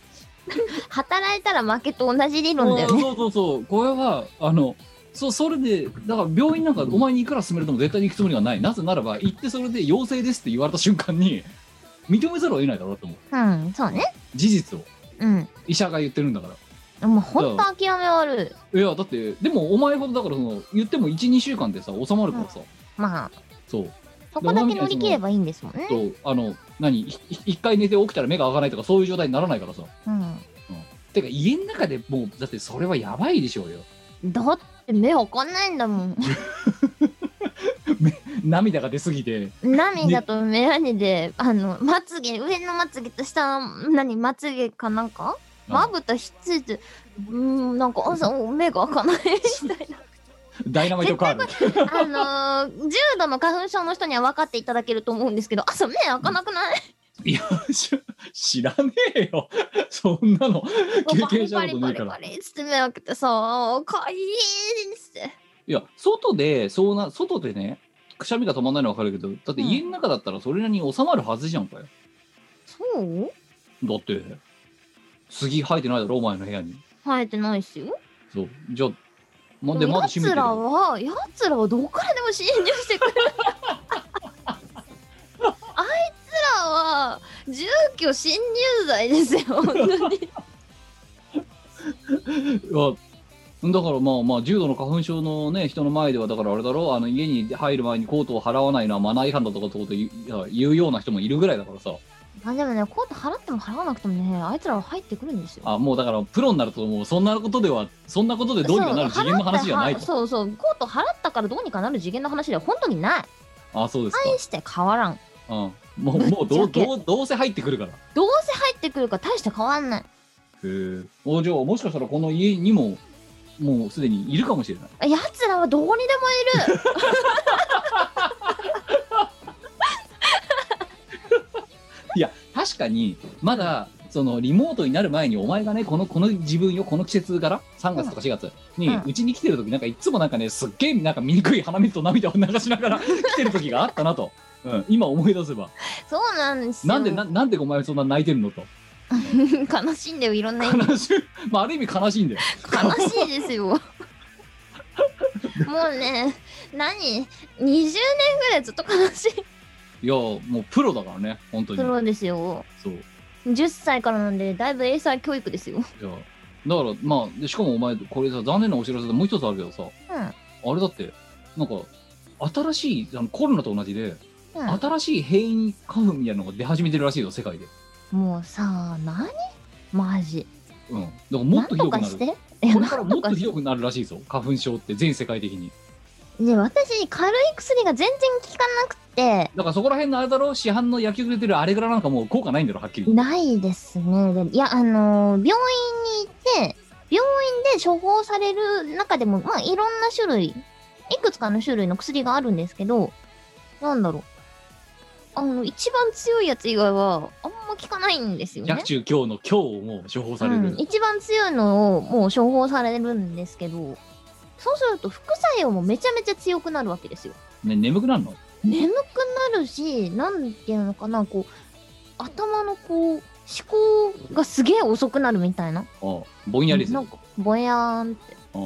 働いたら負けと同じ理論だよね。
そうそうそうこれはあのそうそれでだから病院なんかお前にいくら勧められても絶対に行くつもりはないなぜならば行ってそれで陽性ですって言われた瞬間に認めざるを得ないだろうと思う
うん、そうね。
事実を
うん。
医者が言ってるんだから
もうほんと諦め悪い。
いやだってでもお前ほどだからその言っても12週間でさ収まるからさ、
まあ、
そう
そこだけ乗り切ればいいんですもんね。
そうあの何ひひ一回寝て起きたら目が開かないとかそういう状態にならないからさ
うん。
てか家の中でもうだってそれはやばいでしょうよ
だって目わかんないんだもん。
涙が出すぎて
涙と眼鏡で、あの、まつげ、上のまつげと下の、何、まつげかなんか
うん
まぶたひっついて、うん、なんか朝目が開かないみたいな。
ダイナマイトカール
あのー、重度の花粉症の人には分かっていただけると思うんですけど、朝目開かなくない
いや、し 知らねえよ。そんな の、経験した
パ
こと
リ
ねえ
パリ
か
パ
ら。
リっつって目開けてさ、かいーって。
いや、外で、そうな、外でね、くしゃみが止まんないのはわかるけど、だって
うん
家の中だったらそれなりに収まるはずじゃんかよ。
そう
だって、杉生えてないだろ、お前の部屋に。
生えてないっすよ。
そう。じゃあ、ま、で、
で
まだ
や
閉めて
つ
る
ら。は、やつらはどこからでも侵入してくる。あいつらは、住居侵入罪ですよ、本当に。
いやだからまあまあ重度の花粉症のね人の前ではだからあれだろあの家に入る前にコートを払わないのはマナー違反だとかってこと言ういや言うような人もいるぐらいだからさ
まあでもね、コート払っても払わなくてもね、あいつらは入ってくるんですよ。
あもうだからプロになるともうそんなことではそんなことでどうにかなる次元の話じゃない
そう払ったは
と
そうそうコート払ったからどうにかなる次元の話では本当にない
あそうです
大して変わらん
か、うん、もうもうどう
ぶっちゃけ
どうどうせ入ってくるからへ
どうせ入ってくるから大して変わんない
えおじゃあもしかしたらこの家にももうすでにいるかもしれない
やつらはどこにでもい る
いや確かにまだそのリモートになる前にお前がねこのこの自分よこの季節から3月とか4月に
うん
うちに来てる時なんかいつもなんかねすっげえなんか醜い鼻水と涙を流しながら来てる時があったなと、うん、今思い出せば
そうなんですよ
なんでななんでお前そんな泣いてるのと
悲しいんだよいろんな意味
悲しい、まあ、ある意味悲しいんだよ
悲しいですよもうね何20年ぐらいずっと悲しい
いやもうプロだからね本当に
プロですよ
そうい
10歳からなんでだいぶ英才教育ですよ
やだからまあでしかもお前これさ残念なお知らせでもう一つあるけどさ
う
あれだってなんか新しいあのコロナと同じで、
ん、うん
新しい変異花粉みたいなのが出始めてるらしいよ世界で
もうさ何マジ
うんだからもっとひ
な
どく
んとか
な
し
る
て
これからもっとひ
いや
どくなるらしいぞ花粉症って全世界的に
ね私軽い薬が全然効かなくて
だからそこら辺のあれだろ市販の薬局で売ってるあれぐらいなんかもう効果ないんだろはっきり
ないですねでいやあのー病院に行って病院で処方される中でもまあいろんな種類いくつかの種類の薬があるんですけどなんだろうあの一番強いやつ以外はあんま効かないんですよね
百中今日の今日をもう処方される、
うん、一番強いのをもう処方されるんですけどそうすると副作用もめちゃめちゃ強くなるわけですよ
ね、眠くなるの
眠くなるし、なんていうのかな、こう、頭のこう、思考がすげえ遅くなるみたいな。
ああぼんやりする
なんかぼやーんって。
あ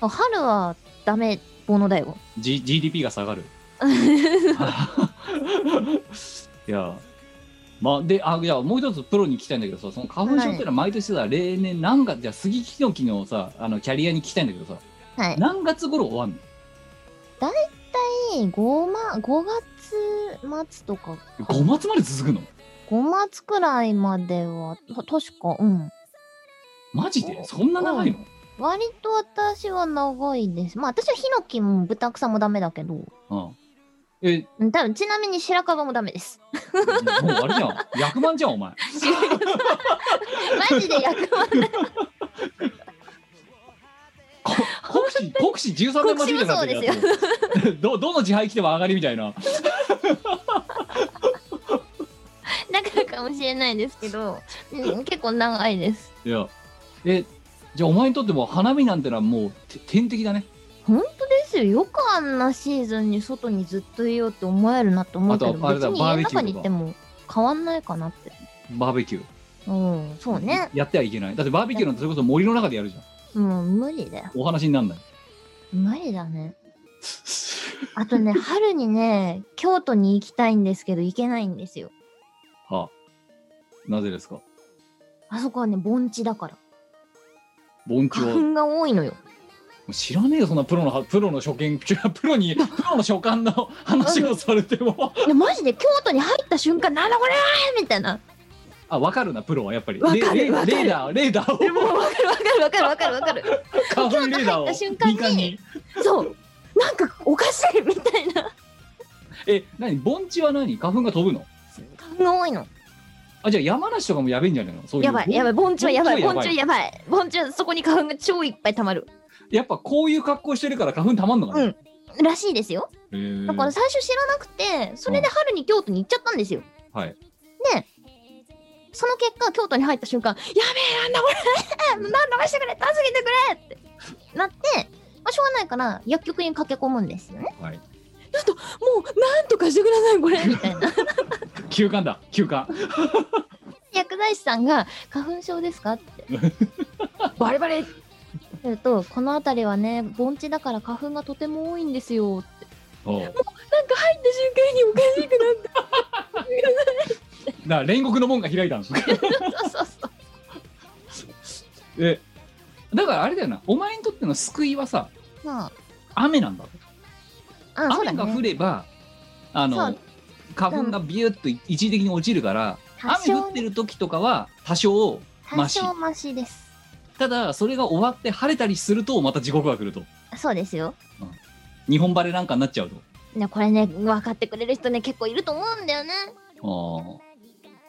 あ
あ春はダメものだよ。
G、GDP が下がる いやまあであじゃあもう一つプロに聞きたいんだけどさその花粉症っていうのは毎年さ例年何月じゃあ杉木の木のさあのキャリアに聞きたいんだけどさ
はい。
何月頃終わんの
で、5万、5月末とか、
5月まで続くの
5月くらいまでは、た確か、うん。
マジでそんな長いの
割と私は長いです。まあ私はヒノキもブタクサもダメだけど、
うん。え、も
うん多分ちなみに白樺もダメです。
うあれじゃん。 役満じゃん、お 前。
マジで 役満
こ国士、国士13年待ちみたいになってるや
国
つ ど、どの自敗来ても上がりみたいな。
だからかもしれないですけど、うん、結構長いです。
いや。え、じゃあお前にとっても花見なんてのはもうて天敵だね。
本当ですよ。よくあんなシーズンに外にずっといようって思えるなって思うけど、
あとあれ
別
だ
に
バ
家
ー
の
ベキューとか
中にいても変わんないかなって。
バーベキュー。
うん、そうね。
やってはいけない。だってバーベキューなんてそれこそ森の中でやるじゃん。
もう無理だよ。
お話になんない。
無理だね。あとね、春にね、京都に行きたいんですけど、行けないんですよ。
はあ。なぜですか
あそこはね、盆地だから。
盆 地を。も
花粉が多いのよ。
う知らねえよ、そんなプロの、プロの初見、 プロに、プロの所感の話をされて も。
いや、マジで京都に入った瞬間、なんだこれーみたいな。
あ、わかるな、プロはやっぱり。
わかる
レレ
わかる
レーダー、レーダーを。
わかるわかるわかるわかるわかる。
花粉レーダーを
入った瞬間に
敏感に
そう。なんかおかしいみたいな。
え何盆地は何花粉が飛ぶの
花粉が多いの。
あじゃあ山梨とかもやべえんじゃないのそういう
やばいやばい。盆地はやばい。
盆
盆
地
地
は
はやばい。盆地はそこに花粉が超いっぱい溜まる。
やっぱこういう格好してるから花粉たまんのかな、
うんらしいですよ。
へー
だから最初知らなくて、それで春に京都に行っちゃったんですよ。
はい
で、その結果、京都に入った瞬間、やべえ、なんだこれ なんとかしてくれ助けてくれってなって、まあ、しょうがないから薬局に駆け込むんですよね。
はい
もう、なんとかしてください、これみたいな。
休館だ休 館
薬剤師さんが「花粉症ですか?」って バレバレって言うと「この辺りはね盆地だから花粉がとても多いんですよ」って
おう
なんか入った瞬間におかしくなっ
だから煉獄の門が開いたんです
たそうそうそう
えだからあれだよなお前にとっての救いはさ
ま
雨なんだろ
あ、うん、そうだ
雨が降
ね
ればあ
そ
の
う
花粉がビューッと一時的に落ちるから
多
雨降
少
ってる時とかは多少
多少マシです
ただそれが終わって晴れたりするとまた地獄が来ると
そうですよ
日本晴れなんかになっちゃうと
ねこれね分かってくれる人ね結構いると思うんだよね
ああ。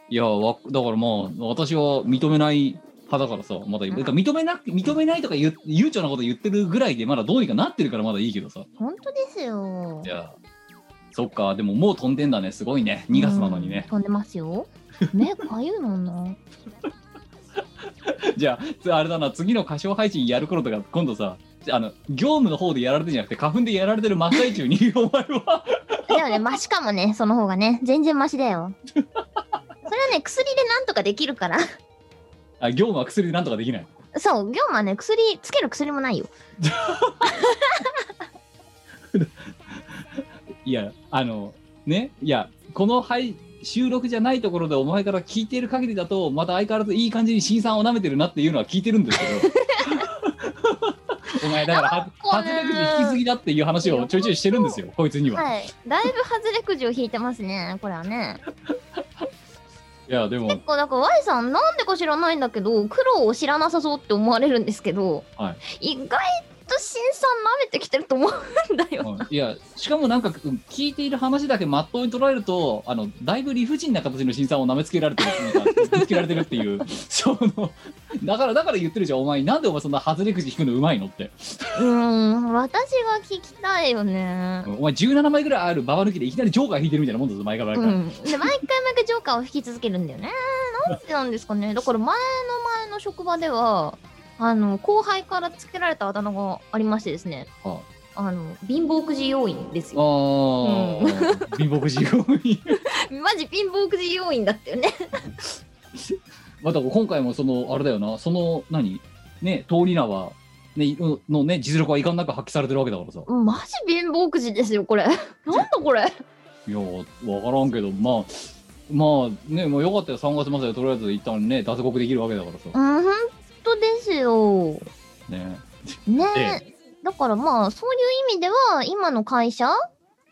いや、わだからまあ、私は認めない派だからさ、まだ、だから認めなく、認めないとか言う、悠長なこと言ってるぐらいで、まだどうにかなってるからまだいいけどさ。
本当ですよ
いや、そっか、でももう飛んでんだね、すごいね。2月なのに
うん
ね。
飛んでますよ目かゆいもんな
じゃあ つ、あれだな、次の歌唱配信やる頃とか、今度さ、あの、業務の方でやられてんじゃなくて、花粉でやられてる真っ最中に、お前は、
でもね、マシかもね、その方がね。全然マシだよ。それはね、薬でなんとかできるから。
あ業務は薬でなんとかできない。
そう、業務はね、薬、つける薬もないよ。
いや、あの、ね、いや、この配収録じゃないところでお前から聞いている限りだと、また相変わらずいい感じに新さんを舐めてるなっていうのは聞いてるんです けど。お前だからは
こ
初
れ
めくじ引きすぎだっていう話をちょいちょいしてるんですよ、こいつには。
はい。だいぶ外れくじを引いてますね、これはね。
いや、でも
結、構、だから Y さん、なんでか知らないんだけど、苦労を知らなさそうって思われるんですけど、
は
意外と新さん舐めてきてると思うんだよ。
うんいや、しかもなんかうん聞いている話だけまっとうに捉えると、あの、だいぶ理不尽な形の新さんを舐めつけられてるって いうか、ぶつけられてるっていう、その、だから、だから言ってるじゃん、お前、なんでお前そんな外れくじ引くのうまいのって。
うーん、私が聞きたいよね。
お前17枚ぐらいあるババ抜きでいきなりジョーカー引いてるみたいなもんだぞ毎回毎
う
回、
ん、で毎回毎回ジョーカーを引き続けるんだよね。なんでなんですかね。だから前の前の職場ではあの後輩からつけられたあだ名がありましてですね。
は
あの貧乏くじ要員ですよ。
ああ、貧乏くじ用に
マジ貧乏くじ要員だったよね。
また今回もそのあれだよなその何ね通り名はねいのね実力はいかんなく発揮されてるわけだからさ
マジ貧乏くじですよこれ。 なんだこれ。
いやわからんけどまあまあねもうよかったよ3月末でとりあえず一旦ね脱獄できるわけだからさ
うん本当ですよ。
ね
ねえ。
え
だからまあそういう意味では今の会社
あ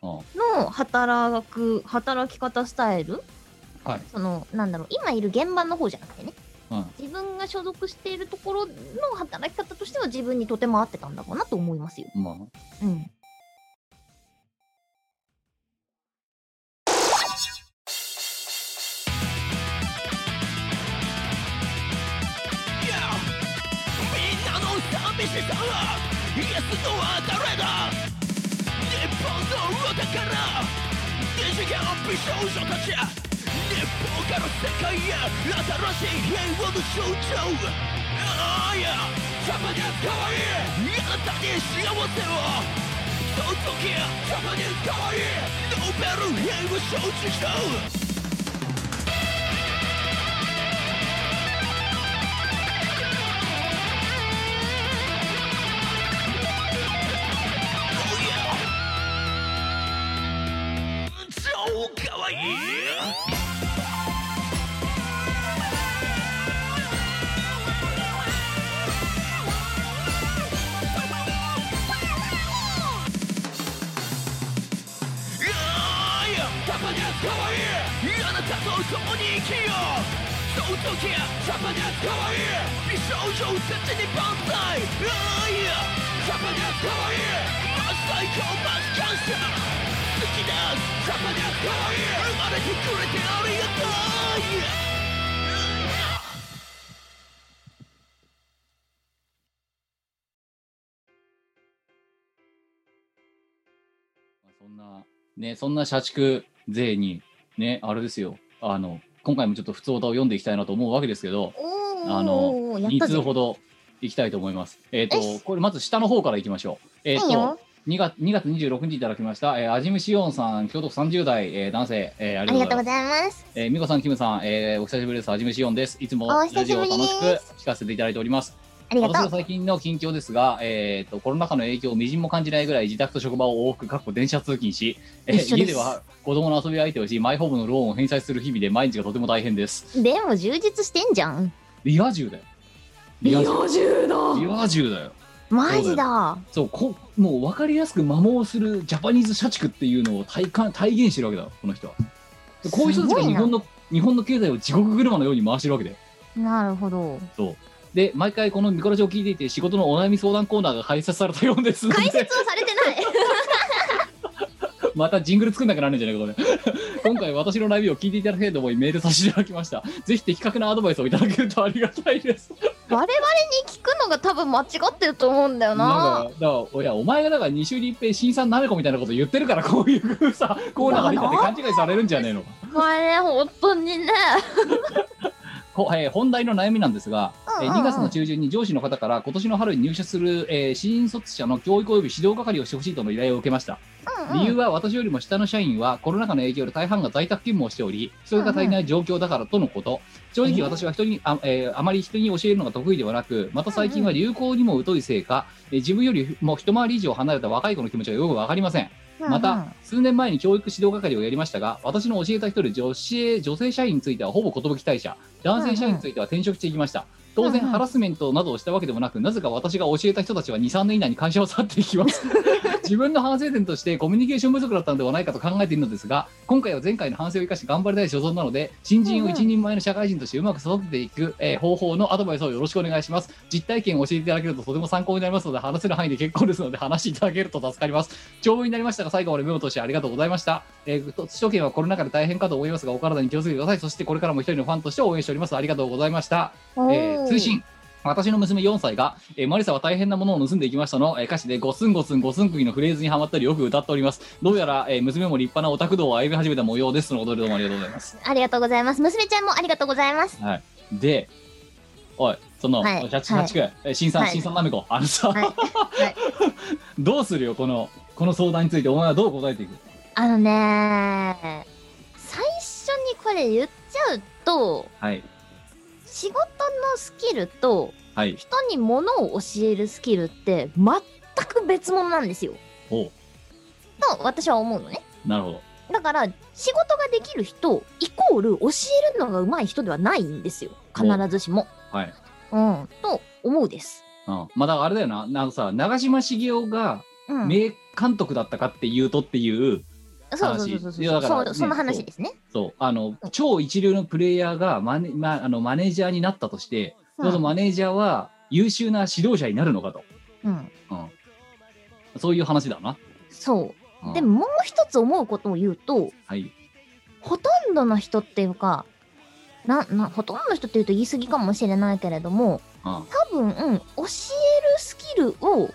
の働く働き方スタイル
はい
そのなんだろう今いる現場の方じゃなくてね
うん
自分が所属しているところの働き方としては自分にとても合ってたんだかなと思いますよ。
まあ
うん。
そんなねそんな社畜勢にねあれですよあの今回もちょっと普通歌を読んでいきたいなと思うわけですけど
お
あの
やっ
2
たぜ
通ほどいきたいと思いますえっ、
よ
とこれまず下の方からいきましょうえっ、
いい
と
よ
2月 ,2 月26日いただきました、えー、アジムシオンさん、京都府30代、えー男性、えーあ
あ
り
り
がと
がと
う
う
ござい
ご
ます。
ざいます。
えー美子さん、キムさん、えーお久しぶりです。アジムシオンです。いつも
お
ラ
久しぶり
ジオを楽し
で
く聞かせていただいております。
ありが
私の
とう。
最近の近況ですが、えー、とコロナ禍の影響をみじんも感じないぐらい自宅と職場を往復、かっこ電車通勤し、えー
一緒です
家では子供の遊び相手をし、マイホームのローンを返済する日々で毎日がとても大変です。
でも充実してんじゃん。
リア充だよ。リア充だリア充だよ。
マジだ。
そうこもう分かりやすく摩耗するジャパニーズ社畜っていうのを体感体現してるわけだこの人はでこういう人たちが
すご
日
いな
本の日本の経済を地獄車のように回してるわけで
なるほど。
そうで毎回このミコラジを聞いていて仕事のお悩み相談コーナーが開設されたようですの
解
で
説をされてない。
またジングル作んなくなるんじゃないかこれ 今回私の悩みを聞いていただきたいと思いメールさせていただきましたぜひ的確なアドバイスをいただけるとありがたいです
我々に聞くのが多分間違ってると思うんだよ
なん
な。
かだからいやお前がだから2週に一遍新さんなめこみたいなこと言ってるからこういうさコーナーができたって勘違いされるんじゃねえのか
まあね、本当にね。
こえー本題の悩みなんですが、
うん
えー
うんう
2
ん
月の中旬に上司の方から今年の春に入社する、えー新卒者の教育及び指導係をしてほしいとの依頼を受けました、
うん
理由は私よりも下の社員はコロナ禍の影響で大半が在宅勤務をしており人が足りない状況だからとのこと、正直私は人にあ,、えーあまり人に教えるのが得意ではなくまた最近は流行にも疎いせいか、えー自分よりも一回り以上離れた若い子の気持ちがよくわかりませんまた、数年前に教育指導係をやりましたが、私の教えた人より女子女性社員についてはほぼ寿退社、男性社員については転職していきました。当然、
うんうん
ハラスメントなどをしたわけでもなく、なぜか私が教えた人たちは2、3年以内に会社を去っていき ます。自分の反省点としてコミュニケーション不足だったのではないかと考えているのですが、今回は前回の反省を生かし頑張りたい所存なので、新人を一人前の社会人としてうまく育てていく、えー方法のアドバイスをよろしくお願いします。実体験を教えていただけるととても参考になりますので、話せる範囲で結構ですので、話していただけると助かります。長文になりましたが、最後までメモとしてありがとうございました。えー、と首都圏はコロナ禍で大変かと思いますが、お体に気をつけてください。そしてこれからも一人のファンとして応援しております。ありがとうございました。
おー
えー通信。私の娘4歳が、えーマリサは大変なものを盗んでいきましたの、えー歌詞でゴスンゴスンゴスン釘のフレーズにはまったりよく歌っております。どうやら、えー娘も立派なオタク道を歩み始めた模様です。とのことでどうもありがとうございます。
ありがとうございます。娘ちゃんもありがとうございます。
で、おい、その、
はい
社畜社畜、えー新さん、
はい
新さんなめこ、あのさ、
はいはい
どうするよ、この、この相談について、お前はどう答えていく
あのね、最初にこれ言っちゃうと、
はい。
仕事のスキルと
はい。
人に物を教えるスキルって全く別物なんですよ。
おう
と私は思うのね。
なるほど。
だから仕事ができる人イコール教えるのが上手い人ではないんですよ。必ずしも。
はい。
うん。と思うです。
うん、まあだからあれだよな、あのさ、長嶋茂雄が
うん。
名監督だったかっていうとっていう、
うそうそうそうそう
いやだか
そ
ら
う、
ね
その
そ
話
う
ですね。
そうあの超一流のプレイヤーがマネ,、まあ、あのマネージャーになったとしてそのマネージャーは優秀な指導者になるのかと、
うん、
うん、そういう話だな、
そうう。
ん
でも、もう一つ思うことを言うと、
はい
ほとんどの人っていうか、な、な、ほとんどの人っていうと言い過ぎかもしれないけれども、
うん
多分、うん、教えるスキルを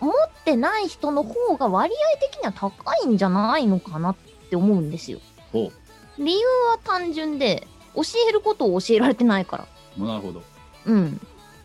持ってない人の方が割合的には高いんじゃないのかなって思うんですよ。
ほ
理由は単純で、教えることを教えられてないから。
うなるほど
うん。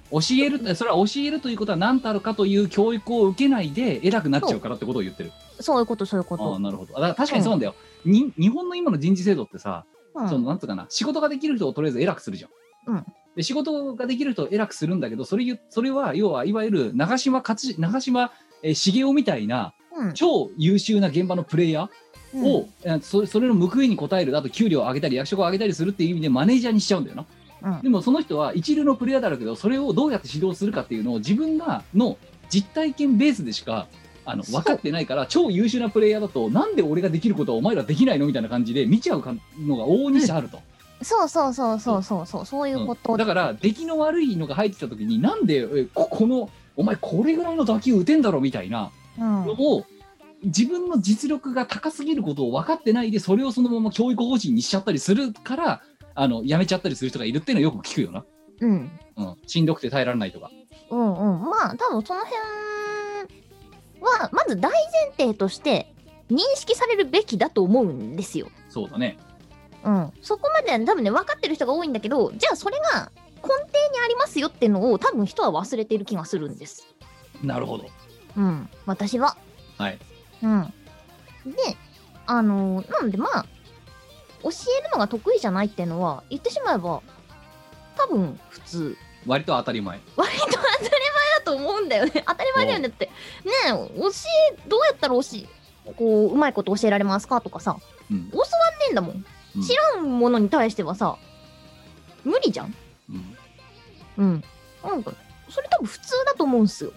教えるってそれは教えるということは何たるかという教育を受けないで偉くなっちゃうからってことを言ってる
そういうこと、そういうこ
ああ
と。
なるほどあだから確かにそうなんだよ、に日本の今の人事制度ってさ、
うん
そのなんつうかな仕事ができる人をとりあえず偉くするじゃん、
うん
で仕事ができる人を偉くするんだけどそれゆそれは要はいわゆる長嶋勝長嶋えー茂雄みたいな
うん
超優秀な現場のプレイヤー
うん
を、えーそそれの報いに応えるあと給料を上げたり役職を上げたりするっていう意味でマネージャーにしちゃうんだよな
うん
でもその人は一流のプレイヤーだろうけどそれをどうやって指導するかっていうのを自分がの実体験ベースでしかあの
そう
分かってないから超優秀なプレイヤーだとなんで俺ができることはお前らできないのみたいな感じで見ちゃうかのが往々にしてあると、
そうそうそうそうそうそう、そういうこ
う
と。
んだから出来の悪いのが入ってきた時になんでえここのお前これぐらいの打球打てんだろみたいな
うん
のを自分の実力が高すぎることを分かってないでそれをそのまま教育方針にしちゃったりするからあのやめちゃったりする人がいるっていうのはよく聞くよな、
うん。
うん、しんどくて耐えられないとか。
うんうん。まあ、多分その辺は、まず大前提として認識されるべきだと思うんですよ。
そうだね。
うん。そこまでは多分ね、分かってる人が多いんだけど、じゃあそれが根底にありますよっていうのを多分人は忘れてる気がするんです。
なるほど。
うん。私は。
はい。
うん。で、あのーなのでまあ、教えるのが得意じゃないっていうのは、言ってしまえば、多分普通。
割と当たり前。
割と当たり前だと思うんだよね当たり前だよねってねえ教えどうやったら教えこううまいこと教えられますかとかさ
うん
教わんねえんだもん
うん
知らんものに対してはさ無理じゃん
うん
うんなんかそれ多分普通だと思うんすよ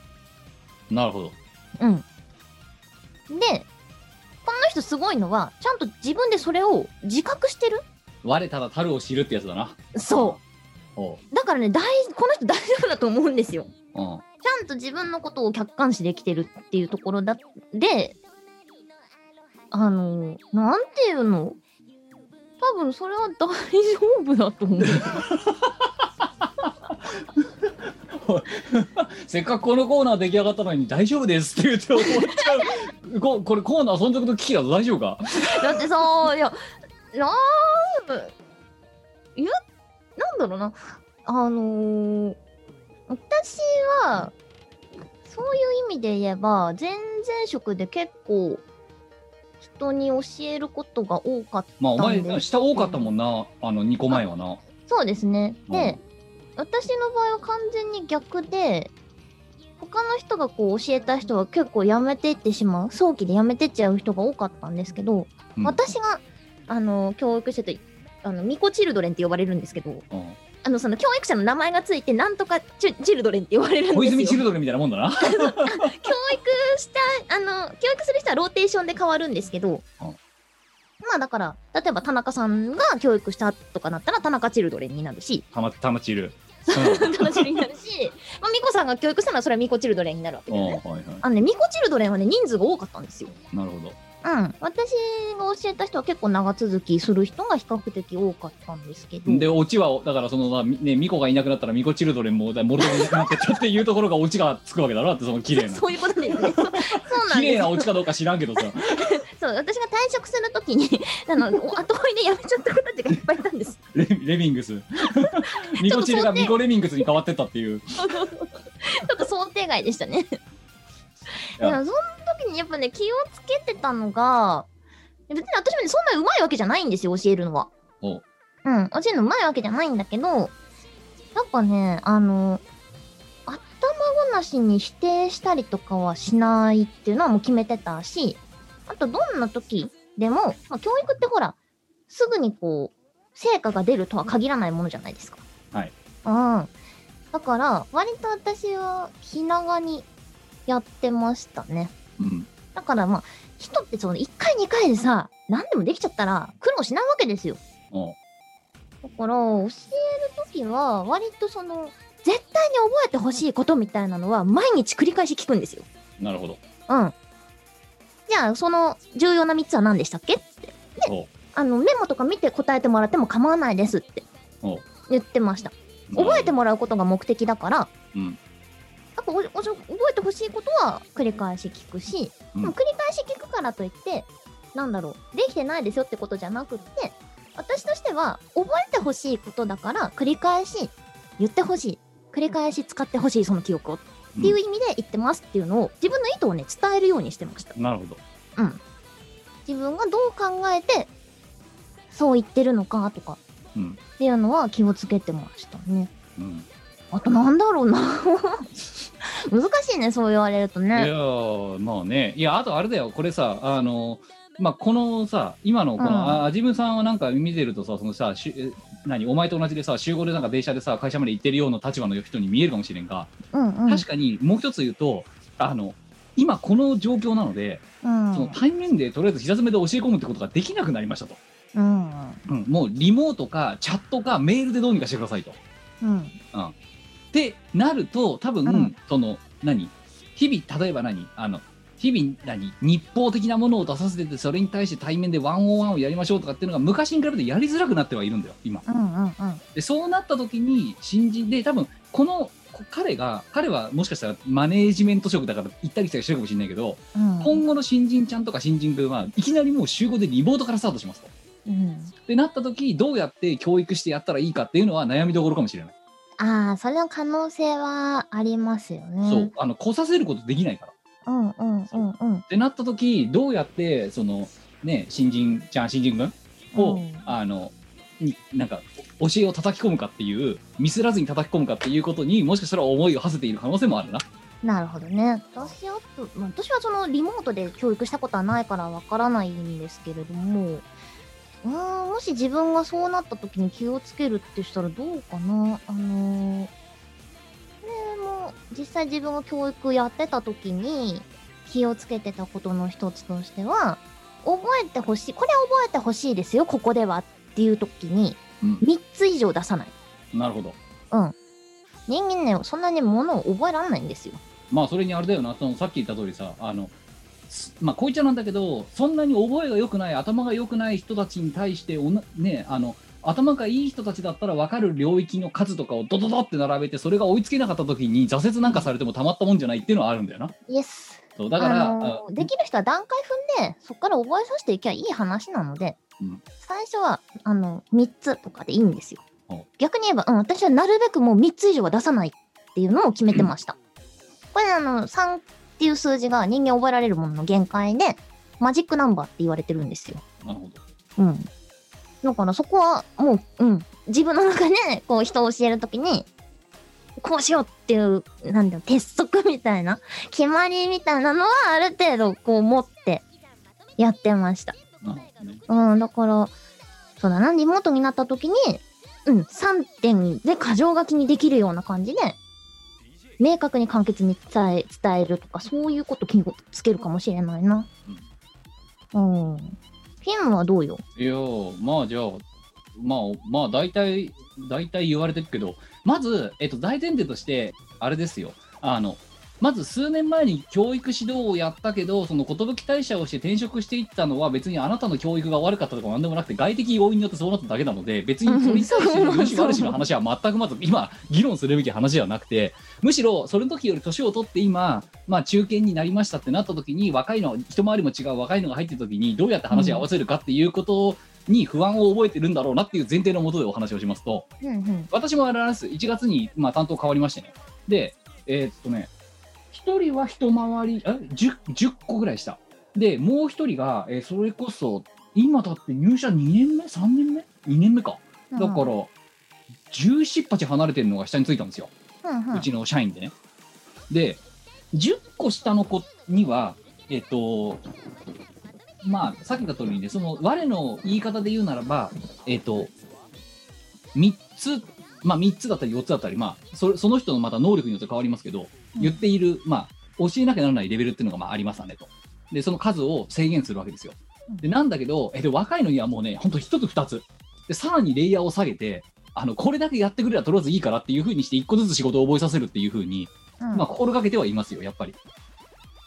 なるほど。
うんでこの人すごいのはちゃんと自分でそれを自覚してる
我ただ樽を知るってやつだな。
そ
おう。
うだからね大この人大丈夫だと思うんですよ
うん。
ちゃんと自分のことを客観視できてるっていうところだで、あの、なんていうの多分それは大丈夫だと思う。
せっかくこのコーナー出来上がったのに大丈夫ですって言って終わっちゃう。 ここれコーナー存続の危機だと大丈夫か
だってさ、いや、なん言う、なんだろうな。あのー私は、そういう意味で言えば、前々職で結構、人に教えることが多かった。
まあお
なんで
前、下多かったもんな。あの、2個前はな。
そうですね。
うん
で、私の場合は完全に逆で、他の人がこう教えた人は結構やめていってしまう、早期でやめてっちゃう人が多かったんですけど、
うん
私が、あの、教育してて、あの、ミコチルドレンって呼ばれるんですけど、
うん
あの、その教育者の名前がついて、なんとかチュチルドレンって呼ばれるん
小
です
泉
よ。
チ
教
ル
育
ドレンみたいなもんだな。
した、あの、教育する人はローテーションで変わるんですけど、
うん
まあだから、例えば田中さんが教育したとかなったら田中チルドレンになるし、
たま、たまチル。
楽しみになるし、まあ、ミコさんが教育したのはそれはミコチルドレンになるわけ
うん。
だよ
うん
ね。
はいは
あのね、ミコチルドレンはね、人数が多かったんですよ。
い。なるほど。
うん。私が教えた人は結構長続きする人が比較的多かったんですけど。
で、オチは、だからその、みね、ミコがいなくなったらミコチルドレンも、だモルドがいなくなってたっていうところがオチがつくわけだろだって、その綺麗な。
そういうことです ね。そうそうなん
綺麗
です
なオチかどうか知らんけど さ。
そう私が退職するときにあのお後追いで辞めちゃった子たちがいっぱいいたんです。
レレミング ス。ミコチルがミコレミングスに変わってったっていう。
ちょっと想定外でしたね。でもその時にやっぱね気をつけてたのが別に私もねそんな上手いわけじゃないんですよ教えるのは。
おう
うん教えるの上手いわけじゃないんだけどなんかねあの頭ごなしに否定したりとかはしないっていうのはもう決めてたしあとどんな時でも、まあ、教育ってほらすぐにこう成果が出るとは限らないものじゃないですか。
はい。
うん。だから割と私は気長にやってましたね。
うん。
だからまあ人ってその1回2回でさ何でもできちゃったら苦労しないわけですよ
うん
だから教える時は割とその絶対に覚えてほしいことみたいなのは毎日繰り返し聞くんですよ
なるほど。
うんじゃあその重要な3つは何でしたっけって
お
あのメモとか見て答えてもらっても構わないですって
お
言ってました覚えてもらうことが目的だから
うん
やっぱおおし覚えてほしいことは繰り返し聞くし、
うん
でも繰り返し聞くからといってなんだろうできてないですよってことじゃなくって私としては覚えてほしいことだから繰り返し言ってほしい繰り返し使ってほしいその記憶をっていう意味で言ってますっていうのを自分の意図をね伝えるようにしてました
なるほど。
自分がどう考えてそう言ってるのかとか
うん
っていうのは気をつけてましたね
うん。
あとなんだろうな 難しいねそう言われると
いや
ね
ーまあねいやあとあれだよこれさあのまあこのさ今のこの、
うん
ああじむさんはなんか見てるとさそのさしゅえ何お前と同じでさ集合でなんか電車でさ会社まで行ってるような立場の人に見えるかもしれんが、
うんうん
確かにもう一つ言うとあの今この状況なので、
うん
その対面でとりあえず膝詰めで教え込むってことができなくなりましたと、
うん
うんもうリモートかチャットかメールでどうにかしてくださいと。
うん
ってなると多分、
うん
その何日々例えば何あの日々何日報的なものを出させててそれに対して対面でワンオンワンをやりましょうとかっていうのが昔に比べてやりづらくなってはいるんだよ今
うんうんうん
でそうなった時に新人で多分このこ彼が彼はもしかしたらマネージメント職だから行ったり来たりしてるかもしれないけど、
うん
今後の新人ちゃんとか新人君はいきなりもう集合でリモートからスタートしますと
うん
でなった時どうやって教育してやったらいいかっていうのは悩みどころかもしれない、
ああそれの可能性はありますよね
そうあの来させることできないから
うんうんうんうん
ってなった時どうやってそのね新人ちゃん新人君を、
うん
あのになんか教えを叩き込むかっていうミスらずに叩き込むかっていうことにもしかしたら思いを馳せている可能性もあるな
なるほどね私あとまあ私はそのリモートで教育したことはないからわからないんですけれどもうーんもし自分がそうなった時に気をつけるってしたらどうかなあのー、これも実際自分が教育やってた時に気をつけてたことの一つとしては覚えてほしいこれ覚えてほしいですよここではっていう時に
うん
3つ以上出さない
なるほど
人間ねそんなにものを覚えられないんですよ
まあそれにあれだよなそのさっき言った通りさあのすまあこいちゃなんだけどそんなに覚えが良くない頭が良くない人たちに対しておなねあの頭がいい人たちだったら分かる領域の数とかをドドドって並べてそれが追いつけなかった時に挫折なんかされてもたまったもんじゃないっていうのはあるんだよな
イエス
そうだから、
あのー
あ
できる人は段階踏んでそこから覚えさせていきゃいい話なので、
うん
最初はあの3つとかでいいんですよ
お
逆に言えば、うん、私はなるべくもう3つ以上は出さないっていうのを決めてました、これあの3っていう数字が人間覚えられるものの限界でマジックナンバーって言われてるんですよ
なるほど
うんだからそこはもう、うん、自分の中でこう人を教えるときにこうしようっていうなんだろう鉄則みたいな決まりみたいなのはある程度こう持ってやってました。
なるほどね
うん、だからそうだなリモートになった時に、うん、3点で箇条書きにできるような感じで明確に簡潔に伝え伝えるとかそういうこと気をつけるかもしれないな。うん。フィンはどうよ
いやーまあじゃあまあまあ大体大体言われてるけどまず、えっと、大前提としてあれですよあのまず数年前に教育指導をやったけどその寿退社をして転職していったのは別にあなたの教育が悪かったとか何でもなくて外的要因によってそうなっただけなので別に取り返し の良し悪しの話は全くまず今議論するべき話ではなくてむしろそれの時より年を取って今、まあ、中堅になりましたってなった時に若いの一回りも違う若いのが入ってる時にどうやって話を合わせるかっていうことに不安を覚えてるんだろうなっていう前提のもとでお話をしますと、
うんうん。
私もあれなんです1月に、まあ、担当変わりましてねでえーっとね1人は一回りえ 10, 10個ぐらいしたでもう1人が、えーそれこそ今だって入社2年目3年目2年目かだから、17鉢離れてるのが下についたんですよ、
うんうん
うちの社員でねで10個下の子にはえっ、とまあさっき言った通りねその我の言い方で言うならばえっ、と3つまあ3つだったり4つだったりまあそれその人のまた能力によって変わりますけど、
うん
言っているまあ教えなきゃならないレベルっていうのがまあありますわねと。でその数を制限するわけですよでなんだけどえで若いのにはもうねほんと1つ2つでさらにレイヤーを下げてあのこれだけやってくればとりあえずいいからっていうふうにして1個ずつ仕事を覚えさせるっていうふうに、
うん
まあ、心がけてはいますよやっぱりだか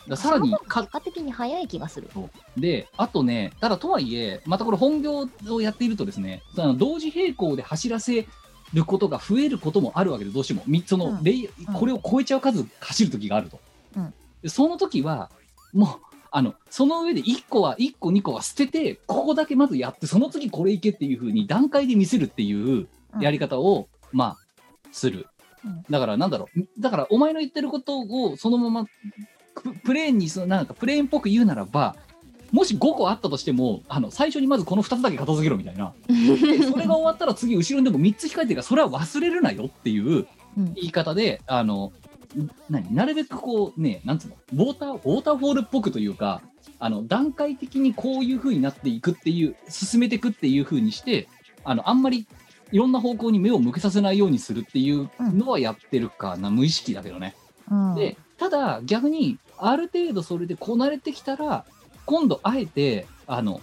らさらに
その方が
か
結果的に早い気がする。
で、あとね、ただとはいえ、またこれ本業をやっているとですね、その同時並行で走らせることが増えることもあるわけで、どうしても。みその、
うん
レイ
うん
これを超えちゃう数走る時があると。
うん
でその時は、もう、あの、その上で1個は、1個2個は捨てて、ここだけまずやって、その次これいけっていう風に段階で見せるっていう
うん
やり方を、まあ、する
うん。
だからなんだろう。だからお前の言ってることをそのままププレーンにそのなんかプレーンっぽく言うならばもし5個あったとしてもあの最初にまずこの2つだけ片付けろみたい なでそれが終わったら次後ろにでも3つ控えてるからそれは忘れるなよっていう
うん
言い方であのん何なるべくこうねなんつうのウォーターウォーターフォールっぽくというかあの段階的にこういう風になっていくっていう進めていくっていう風にしてあのあんまりいろんな方向に目を向けさせないようにするっていうのはやってるかな、無意識だけどね。
うん
でただ逆にある程度それでこなれてきたら今度あえてあの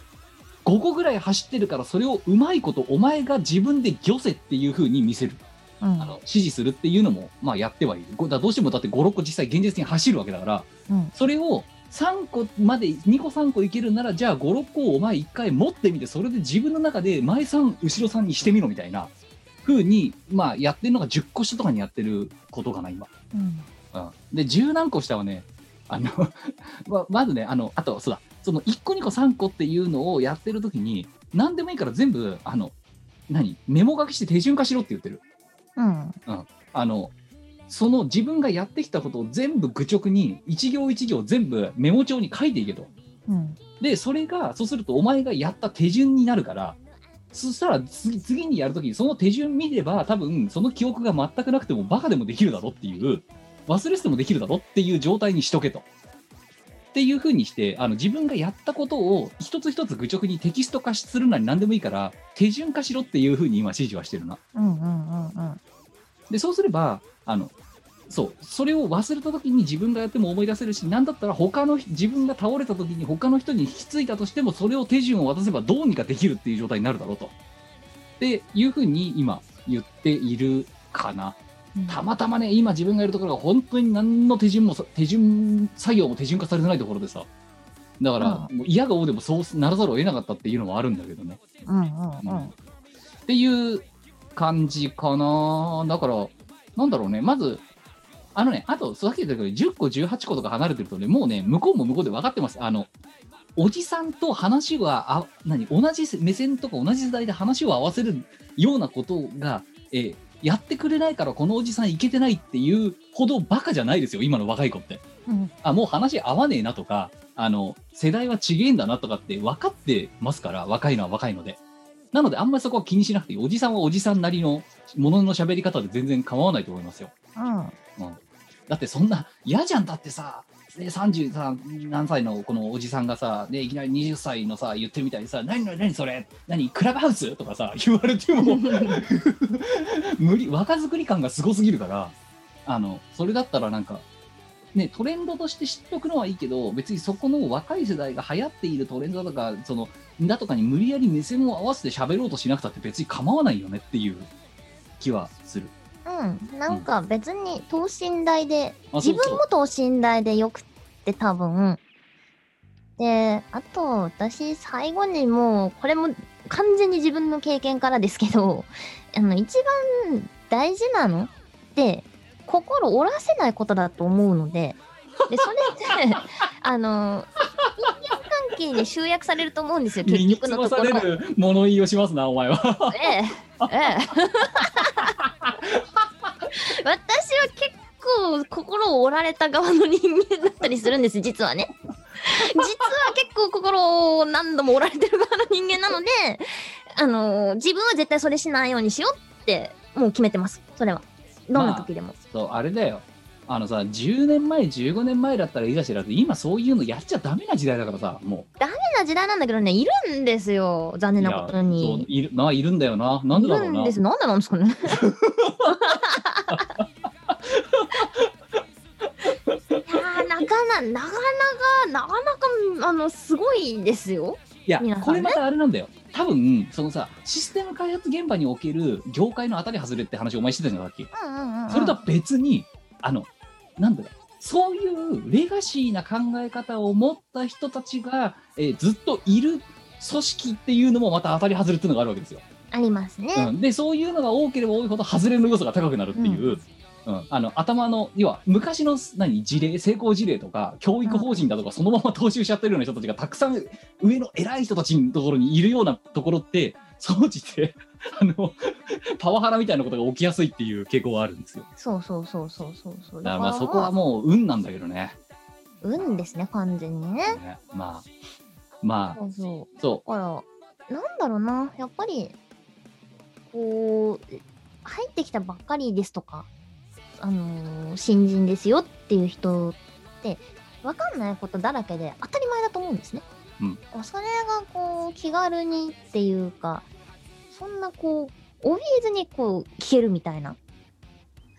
5個ぐらい走ってるからそれをうまいことお前が自分で漁せっていう風に見せる
うん
あの指示するっていうのもまあやってはいるごだからどうしてもだって56個実際現実に走るわけだから、
うん
それを3個まで2個3個いけるならじゃあ56個をお前1回持ってみてそれで自分の中で前3後ろ3にしてみろみたいな風にまあやってるのが10個下とかにやってることかな今。
うん
うんで十何個下はねあの ままずねあのあとそうだその1個2個3個っていうのをやってる時に何でもいいから全部あの何メモ書きして手順化しろって言ってる
うん
あのその自分がやってきたことを全部愚直に一行一行全部メモ帳に書いていけと
うん
でそれがそうするとお前がやった手順になるからそしたら次次にやるときにその手順見れば多分その記憶が全くなくてもバカでもできるだろっていう忘れててもできるだろっていう状態にしとけと。っていうふうにしてあの自分がやったことを一つ一つ愚直にテキスト化するなり何でもいいから手順化しろっていうふうに今指示はしてるな。
うんうんうん
でそうすればあのそうそれを忘れた時に自分がやっても思い出せるし何だったら他の人自分が倒れた時に他の人に引き継いだとしてもそれを手順を渡せばどうにかできるっていう状態になるだろうとっていうふうに今言っているかな
うん
たまたまね今自分がいるところが本当に何の手順もさ手順作業も手順化されてないところでさだから
ああ
もう嫌が応でもそうならざるを得なかったっていうのもあるんだけどね
うんうんうん
っていう感じかな。だから、なんだろうね、まず、あのね、あと、さっき言ったけど、10個、18個とか離れてるとね、もうね、向こうも向こうで分かってます。あの、おじさんと話は、あ何、同じ目線とか同じ世代で話を合わせるようなことが、えーやってくれないから、このおじさんいけてないっていうほどバカじゃないですよ、今の若い子って。
うん
あ、もう話合わねえなとか、あの、世代は違えんだなとかって分かってますから、若いのは若いので。なので、あんまりそこは気にしなくていい。おじさんはおじさんなりのものの喋り方で全然構わないと思いますよ。
うん
だってそんな、嫌じゃんだってさ、ね30さ何歳のこのおじさんがさ、ね、いきなり20歳のさ、言ってるみたいにさ、何何何それ何クラブハウスとかさ、言われても、 無理、若作り感がすごすぎるから、あの、それだったらなんか、ね、トレンドとして知っとくのはいいけど、別にそこの若い世代が流行っているトレンドだとか、その、だとかに無理やり目線を合わせて喋ろうとしなくたって別に構わないよねっていう気はする。
うんなんか別に等身大で
あ
自
そう
分
そう
も等身大でよくって多分であと私最後にもうこれも完全に自分の経験からですけど あの一番大事なのって心折らせないことだと思うのででそれ ってあの人間関係に集約されると思うんですよ結
身に
局
つ
の
まさ
とこ
れ
ろ。
る物言いをしますな、お前は。
ええ、ええ。私は結構心を折られた側の人間だったりするんです、実はね。実は結構心を何度も折られてる側の人間なので、あの自分は絶対それしないようにしようって、もう決めてます、それは。どんな時でも。
そう、あれだよ。あのさ、10年前、15年前だったらいいかしらって、今そういうのやっちゃダメな時代だからさ、もう。
変な時代なんだけどね、いるんですよ、残念なこと
いやそう
に。
いるな、いるんだよな。なんで
い
だ
る
ろうんな。
です、なんでなんですかね。いやーなかななかなかなかなか
あのすごいですよ。
いや、
皆さんね
これまたあれなんだよ。多分、そのさ、システム開発現場における業界の当たり外れって話をお前してたじゃん、さっき。
うんうんうん
それとは別に、あの、なんだろう、そういうレガシーな考え方を持った人たちが、えーずっといる組織っていうのもまた当たり外れっていうのがあるわけですよ。
ありますね、
うん、で、そういうのが多ければ多いほど、外れの要素が高くなるっていう。うんあの頭の要は昔の何事例成功事例とか教育法人だとかそのまま踏襲しちゃってるような人たちがたくさん上の偉い人たちのところにいるようなところって総じて あのパワハラみたいなことが起きやすいっていう傾向はあるんですよ。
そうそうそうそうそうそう
だからまあそこはもう運なんだけどね。
運ですね完全にね
ねまあまあ
そうそう
そ
だからなんだろうなやっぱりこう入ってきたばっかりですとかあのー新人ですよっていう人って分かんないことだらけで当たり前だと思うんですね。
おそれ
がこう気軽にっていうかそんなこう怯えずにこう聞けるみたいな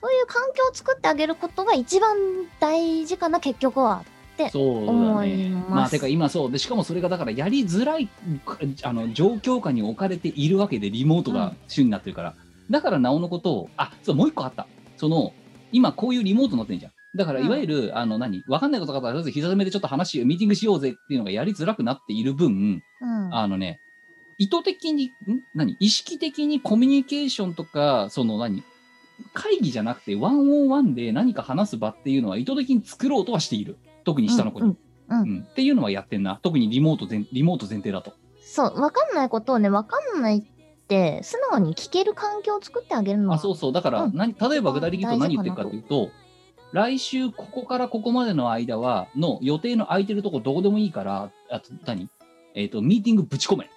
そういう環境を作ってあげることが一番大事かな結局は
うそうだ
思
ね
い
ま
ま
あ
す
てか今そうでしかもそれがだからやりづらいかあの状況下に置かれているわけでリモートが主になってるから、だからなおのことをあそうもう一個あったその今こういうリモートになってんじゃんだからいわゆる、あの何わかんないことがあったらとりあえず膝詰めでちょっと話しミーティングしようぜっていうのがやりづらくなっている分、
うん
あのね、意図的に、ん何意識的にコミュニケーションとか、その何会議じゃなくて、ワンオンワンで何か話す場っていうのは意図的に作ろうとはしている。特に下の子に。
うんうんうん
っていうのはやってんな。特にリモート前、リモート前提だと。
そう分かんないことをね分かんないって素直に聞ける環境を作ってあげるの
あ、そうそう。だから、
うん
何例えば具体的に言うと何
大
言っ
事
てる
かな
か
と
というと、来週ここからここまでの間は、の予定の空いてるとこどこでもいいから、あと何えっ、と、ミーティングぶち込め。っ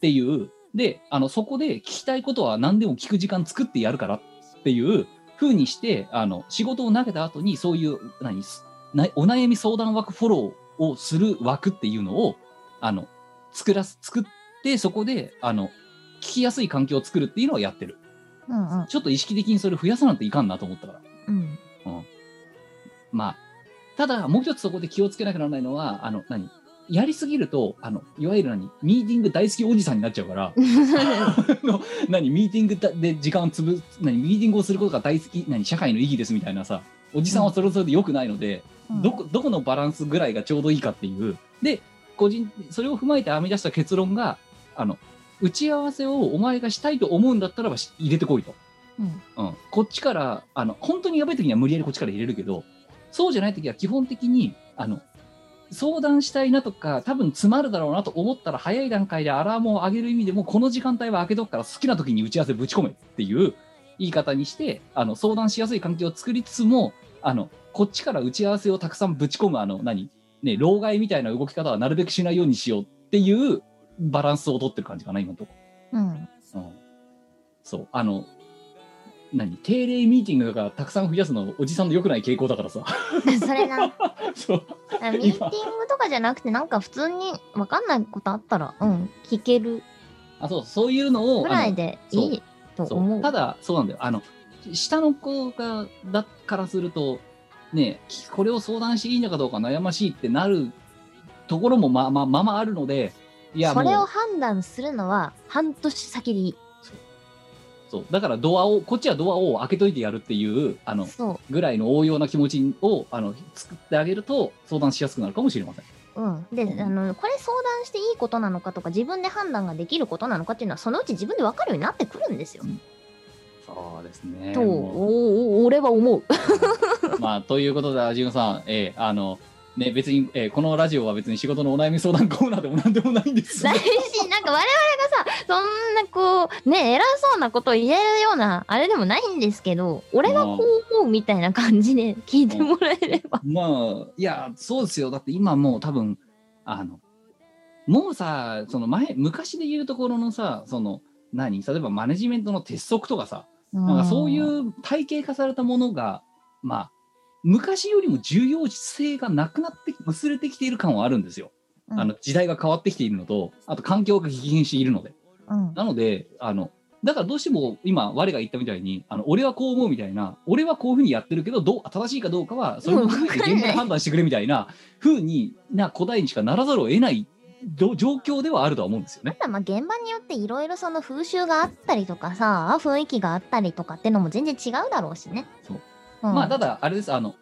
ていう、で、あの、そこで聞きたいことは何でも聞く時間作ってやるからっていう風にして、あの、仕事を投げた後にそういう、何すなお悩み相談枠フォローをする枠っていうのを、あの、作らす、作って、そこで、あの、聞きやすい環境を作るっていうのはやってる。
うんうん
ちょっと意識的にそれ増やさなんていかんなと思ったから。
うん
まあ、ただ、もう一つそこで気をつけなきゃならないのは、あの、何やりすぎると、あの、いわゆる何ミーティング大好きおじさんになっちゃう から、あの何ミーティングだで時間をつぶ、何ミーティングをすることが大好き、何社会の意義ですみたいなさ、おじさんはそれぞれで良くないので、
うん
どこ、どこのバランスぐらいがちょうどいいかっていう。で、個人、それを踏まえて編み出した結論が、あの、打ち合わせをお前がしたいと思うんだったらばし入れてこいと。
うん
うんこっちから、あの、本当にやばい時には無理やりこっちから入れるけど、そうじゃない時は基本的に、あの、相談したいなとか、多分詰まるだろうなと思ったら、早い段階でアラームを上げる意味でも、この時間帯は開けとくから好きな時に打ち合わせぶち込めっていう言い方にして、あの、相談しやすい環境を作りつつも、あの、こっちから打ち合わせをたくさんぶち込む、あの、何ね、老害みたいな動き方はなるべくしないようにしようっていうバランスを取ってる感じかな、今のとこ。
うん
うんそう、あの、何定例ミーティングがたくさん増やすの、おじさんの良くない傾向だからさ。
それな
そう
あミーティングとかじゃなくてなんか普通に分かんないことあったらうん聞ける
あそうそういうのを
ぐらいでいい
あ
と
のそう
思う
ただそうなんだよあの下の子がだからするとねきこれを相談していいのかどうか悩ましいってなるところもまあまあまあまああるのでいや
それ
も
を
う
判断するのは半年先でいい
そうだからドアをこっちはドアを開けといてやるっていうあの
そ
ぐらいの応用な気持ちをあの作ってあげると相談しやすくなるかもしれません。
ううんで
うん
あのこれ相談していいことなのかとか自分で判断ができることなのかっていうのはそのうち自分で分かるようになってくるんですよ
そうですね
とおお俺は思う
まあ、ということで、アジュンさん、えーあの、ね、別に、えーこのラジオは別に仕事のお悩み相談コーナーでもなんでもないんですが
大事なんか我々がさそんなこうね偉そうなことを言えるようなあれでもないんですけど俺がこう思うみたいな感じで聞いてもらえれば
まあ、いや、そうですよ。だって今もう多分、あの、もうさ、その前、昔で言うところのさ、その、何例えばマネジメントの鉄則とかさ、なんかそういう体系化されたものが、まあ、昔よりも重要性がなくなって、薄れてきている感はあるんですよ。
うん
あの時代が変わってきているのと、あと環境が激変しているので。
うん
なので、あの、だからどうしても今我が言ったみたいにあの俺はこう思うみたいな俺はこういうふうにやってるけどどう正しいかどうかはそれも含めて現場で判断してくれみたいなふうにな答えにしかならざるを得ないど状況ではあるとは思うんですよね。
ただまあ現場によっていろいろその風習があったりとかさ雰囲気があったりとかってのも全然違うだろうしね。
そうんまあただあれですあの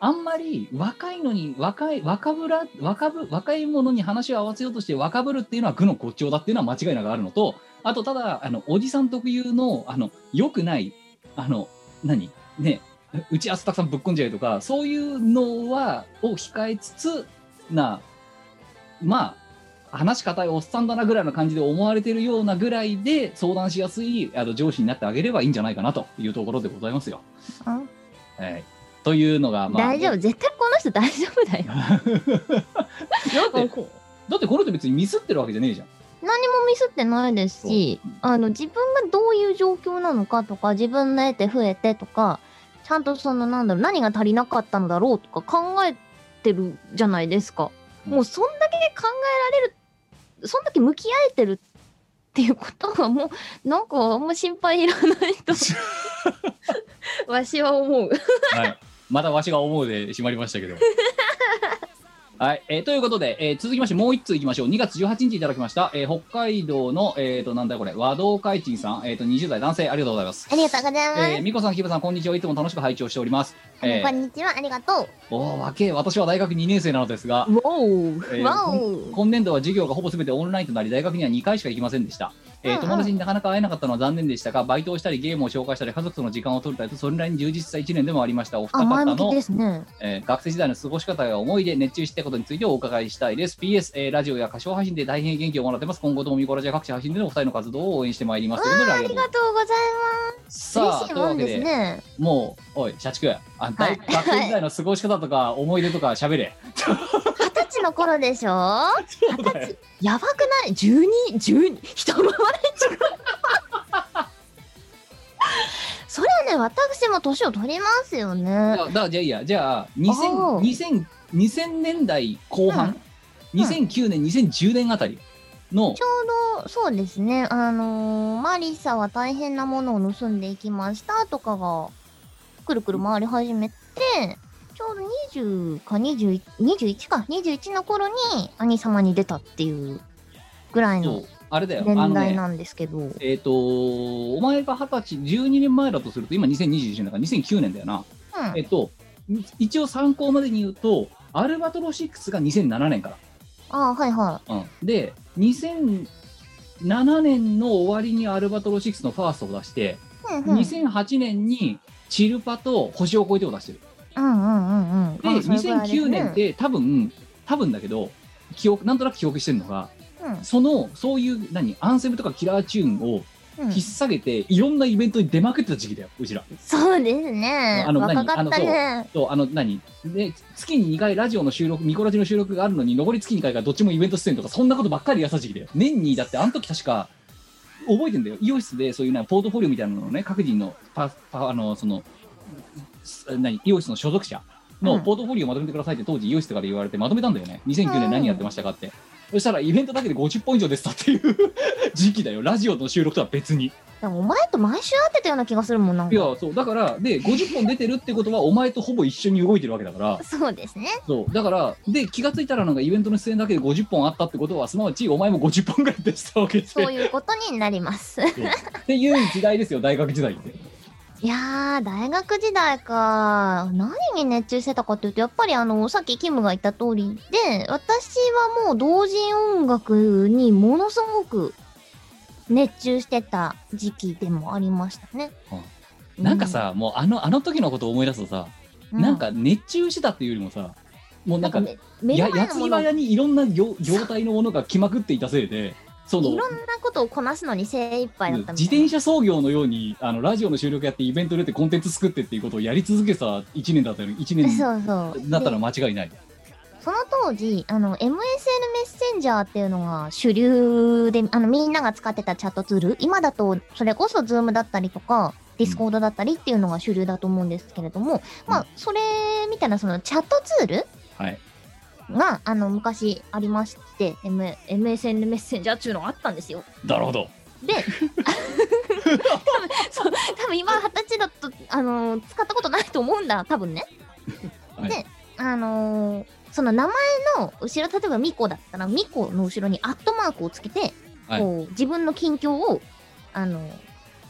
あんまり若いのに若い若ぶら若ぶ若い者に話を合わせようとして若ぶるっていうのは愚の骨頂だっていうのは間違いなくあるのとあとただあのおじさん特有のあの良くないあの何ね打ち合わせたくさんぶっこんじゃうとかそういうのはを控えつつなまあ話し方いおっさんだなぐらいの感じで思われてるようなぐらいで相談しやすいあの上司になってあげればいいんじゃないかなというところでございますよ。
うん
はい、というのが、まあ、
大 丈夫絶対この人大丈夫だよ。
だってだってこの人別にミスってるわけじゃねえじゃん。
何もミスってないですしあの自分がどういう状況なのかとか自分の得て増えてとかちゃんとそのなんだろう何が足りなかったのだろうとか考えてるじゃないですか。
うん
もうそんだけ考えられるそんだけ向き合えてるっていうことはもうなんかあんま心配いらない とわしは思う。
はい、またわしが思うで締まりまし たけど。はい、えーということで、えー続きましてもう一通いきましょう。2月18日いただきました、えー北海道の、えー、となんだこれ和道海珍さん、えー、と20代男性ありがとうございます。
ありがとうございます
えー、みこさん、きぶさん、こんにちは。いつも楽しく拝聴しております。
あの
え
こ
ー、
んにちはありがとう
おー、わけえ、私は大学2年生なのですが、
わお
えー今年度は授業がほぼ全てオンラインとなり大学には2回しか行きませんでした、えー
うんうん
友達になかなか会えなかったのは残念でしたがバイトをしたりゲームを紹介したり家族との時間を取るたりとそれなりに充実した1年でもありましたお二
あ前
方
向き
の
で、すね。
えー学生時代の過ごし方や思い出熱中していたことについてお伺いしたいです PS、えーラジオや歌唱配信で大変元気をもらってます今後ともミコラジア各社配信でのお二人の活動を応援してまいりますということでありが
あ
とうござい
りがとうござい
ます
ます。
さ
嬉
あ
しい
という
も
わ
ん
け
です
で
ね。
もうおい社畜あんた、
はい
学生時代の過ごし方とか思い出とか喋れ
二十歳の頃でしょ
そうだよ
やばくない ?12、12、一回り違う。 それはね、私も年を取りますよね。
だだじゃあいいやじゃあ2000
おー
2000, 2000年代後半、
うんうん
2009年2010年あたりの
ちょうど、そうですね、あのーマリサは大変なものを盗んでいきましたとかが、くるくる回り始めて、ちょうど20か21、21か、21の頃に兄様に出たっていうぐらい
そ
の
うあれだよあの
年代
ね
なんですけど、
えっ、とお前が二十歳12年前だとすると今2021年だから2009年だよな、
うん
えっ、と一応参考までに言うとアルバトロ6が2007年か
ああ、はいは
ら、うん、で2007年の終わりにアルバトロ6のファーストを出して、
い。うんうん
2008年にチルパと星を超えてを出してる
うんうんうんうん。
で、
あそれぐらいです
2009
ね
年って多分多分だけど記憶なんとなく記憶してるのが
うん
そのそういう何アンセムとかキラーチューンを
うん
引っ提げて、いろんなイベントに出まくってた時期だようちら
そうですね。
あの
若
何
かったね。
とあの何で月に2回ラジオの収録ミコラジの収録があるのに残り月2回からどっちもイベント出演とかそんなことばっかりやってた時期だよ年にだってあの時確か覚えてんだよ医容室でそういうなポートフォリオみたいなのをね各人のパパあのそのす何医容室の所属者
う
の
ん
ポートフォリオをまとめてくださいって当時医容室から言われてまとめたんだよね2009年何やってましたかって、そしたらイベントだけで50本以上出てたっていう 時期だよラジオの収録とは別に
でもお前と毎週会ってたような気がするもんなん
い
か。
やそうだからで50本出てるってことはお前とほぼ一緒に動いてるわけだから
そうですね。
そうだからで気がついたらなんかイベントの出演だけで50本あったってことはすなわちお前も50本ぐらい出したわけで
そういうことになります。
っていう時代ですよ大学時代って
いやー、大学時代か。何に熱中してたかっていうと、やっぱりあの、さっきキムが言った通りで、私はもう同人音楽にものすごく熱中してた時期でもありましたね。
なんかさ、もうあのあの時のことを思い出すとさ、
う、
なんか熱中してたっていうよりもさもう
な
なんん
か
か
め、目
や
の前
や
の
つ
も
ぎ
の
早にいろんな業業態のものが来まくっていたせいでその
いろんなことをこなすのに精一杯だったみたいな。
自転車操業のようにあのラジオの収録やってイベント出てコンテンツ作ってっていうことをやり続けさ1年だったよ1年
そうそう。
だったら間違いない
その当時、あの、MSN メッセンジャーっていうのが主流で、あの、みんなが使ってたチャットツール、今だと、それこそ Zoom だったりとか、ディスコードだったりっていうのが主流だと思うんですけれども、まあ、それみたいな、そのチャットツール
はい
が、あの、昔ありまして、M、MSN メッセンジャーっていうのがあったんですよ。
なるほど
で、そう 多分今二十歳だと、あのー使ったことないと思うんだ多分ね。
はい
であのーその名前の後ろ例えば「ミコ」だったら「ミコ」の後ろにアットマークをつけて、
はい
こう自分の近況を、あの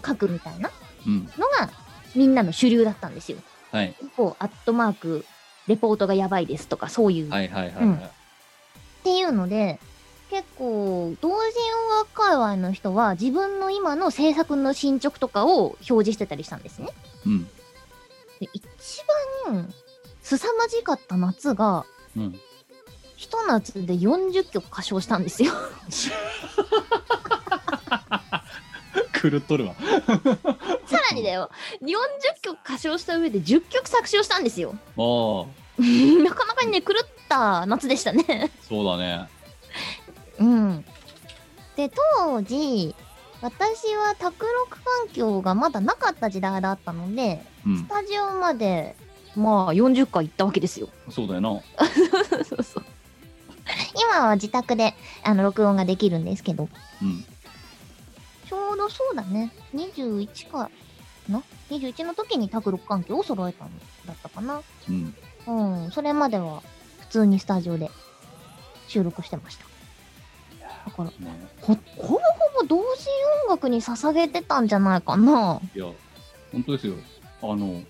ー書くみたいな
うん
のがみんなの主流だったんですよ。
はい
こうアットマークレポートがやばいですとかそういう、
はいはいはいはい、
うんっていうので結構同人音楽界隈の人は自分の今の制作の進捗とかを表示してたりしたんですね。
うん
で一番凄まじかった夏が
うん
ひと夏で40曲歌唱したん ですよ。
狂っとるわ
さらにだよ40曲歌唱した上で10曲作詞をしたんですよ。
ああ
なかなかにね狂った夏でしたね。
そうだね
うん、で当時私は卓録環境がまだなかった時代だったので
うん
スタジオまでまあ40回行ったわけですよ。
そうだよな
今は自宅であの録音ができるんですけど
うん
ちょうどそうだね21かな21の時に卓録環境を揃えたんだったかな。
うん
うんそれまでは普通にスタジオで収録してました。だから
ね
ほほぼほぼ同時音楽に捧げてたんじゃないかない
や本当ですよあの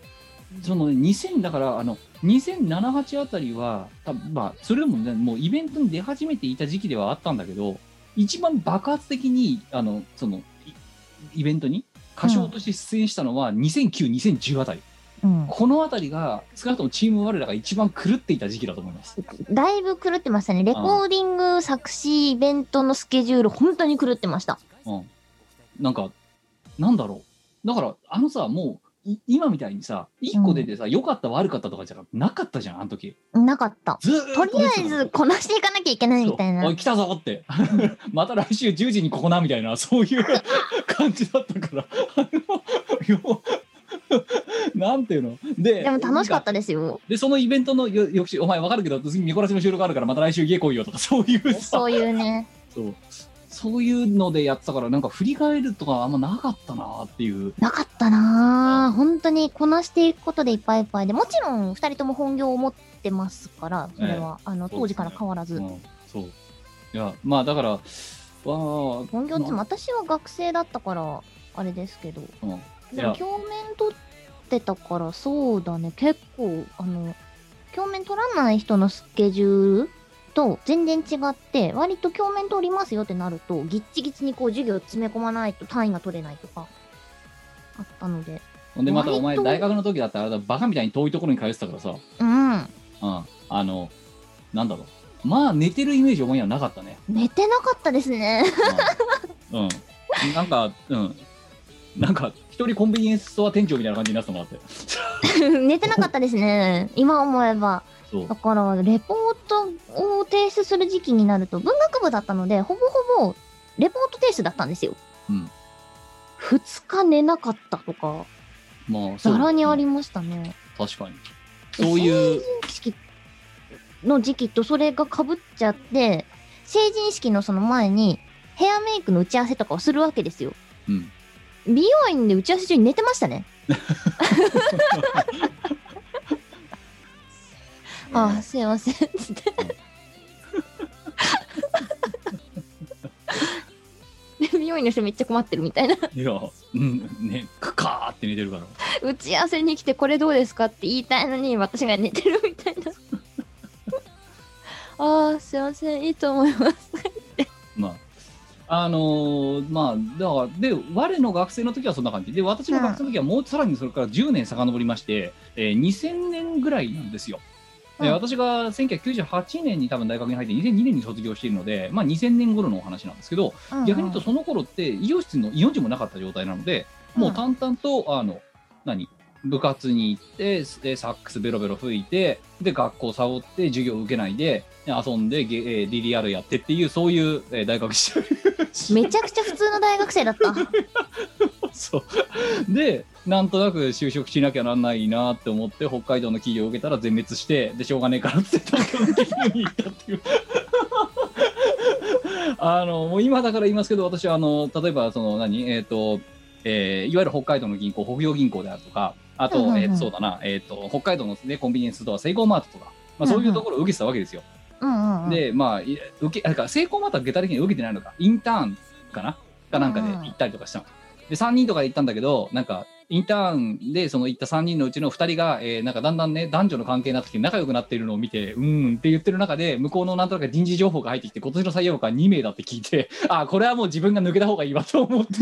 その2000だからあの2007-8あたりは多分まあそれでもねもうイベントに出始めていた時期ではあったんだけど一番爆発的にあのそのイイベントに歌唱として出演したのは2009-2010あたり、
うん、
このあたりが少なくともチーム我らが一番狂っていた時期だと思います
だいぶ狂ってましたね。レコーディング、作詞、イベントのスケジュール、本当に狂ってました。
うん、なんかなんだろうだからあのさもうい今みたいにさ1個出てさ良、かった悪かったとかじゃなかったじゃんあの時
なかった。
ずーっと
とり
出
あ
てた
え
の
ず、こなしていかなきゃいけないみたい
そうお
な。
来たぞって また来週10時にここなみたいなそう いう感じだったから あのよなんていう ので
でも楽しかっ
なん
たですよ。
でそのイベントのよ翌週お前わかるけど次見殺しの収録あるからまた来週家来いよとか そういうさ
そういうね。
そうそういうのでやってたからなんか振り返るとかあんまなかったなっていう
なかったなぁ。本当にこなしていくことでいっぱいいっぱいで、もちろん2人とも本業を持ってますから、それは、あの
そうですね
当時から変わらず。
うん、そういやまあだからわあ
本業っても
ま
私は学生だったから、あれですけど。
うんい
でも
や
鏡面取ってたからそうだね結構あの鏡面取らない人のスケジュールと全然違って割と鏡面取りますよってなるとギッチギチにこう授業詰め込まないと単位が取れないとかあったので
ほんでまたお前
割と
大学の時だったらあれだバカみたいに遠いところに通ってたからさ、
うん
うん、あのなんだろうまあ寝てるイメージお前にはなかったね、
寝てなかったですね
うんうん、なんかうんなんか一人コンビニエンスストア店長みたいな感じになってたもんだって
寝てなかったですね今思えば
そう
だからレポートを提出する時期になると文学部だったのでほぼほぼレポート提出だったんですよ、
うん
2日寝なかったとか
まあそう
ざらにありましたね、
確かにそういう
成人式の時期とそれがかぶっちゃって成人式のその前にヘアメイクの打ち合わせとかをするわけですよ
うん
美容院で打ち合わせ中に寝てましたねああすいませんつって で美容院の人めっちゃ困ってるみたいない
やうんねカカーって寝てるから
打ち合わせに来てこれどうですかって言いたいのに私が寝てるみたいなああすいませんいいと思います
まあ、あのーまあ、だから、で、我の学生の時はそんな感じで、私の学生の時はもうさらにそれから10年遡りまして、えー2000年ぐらいなんですよ。で
うん
私が1998年に多分大学に入って2002年に卒業しているので、まあ、2000年頃のお話なんですけど、逆に言うとその頃って医療室の医療児もなかった状態なので、もう淡々とあの何部活に行ってでサックスベロベロ吹いてで学校サボって授業受けないでで遊んでゲえー DDR やってっていうそういうえー大学時代
めちゃくちゃ普通の大学生だった
そうでなんとなく就職しなきゃなんないなって思って北海道の企業を受けたら全滅してでしょうがねえからっつって東京の企業に行ったっていう あのもう今だから言いますけど私はあの例えばその何えっ、とえーいわゆる北海道の銀行北洋銀行であるとかあと、
うんうんうん
えーそうだな、えー、と北海道の、ね、コンビニエンスストアセイコーマートとか、まあ、そういうところを受けてたわけですよ、
うんうんうん。
でまあい受けなんかセイコーマートは下駄的には受けてないのかインターンかなかなんかで行ったりとかしたの、で3人とかで行ったんだけどなんかインターンでその行った3人のうちの2人が、えーなんかだんだんね男女の関係になってきて仲良くなっているのを見てうーんって言ってる中で向こうのなんとなく人事情報が入ってきて今年の採用が2名だって聞いて あーこれはもう自分が抜けた方がいいわと思って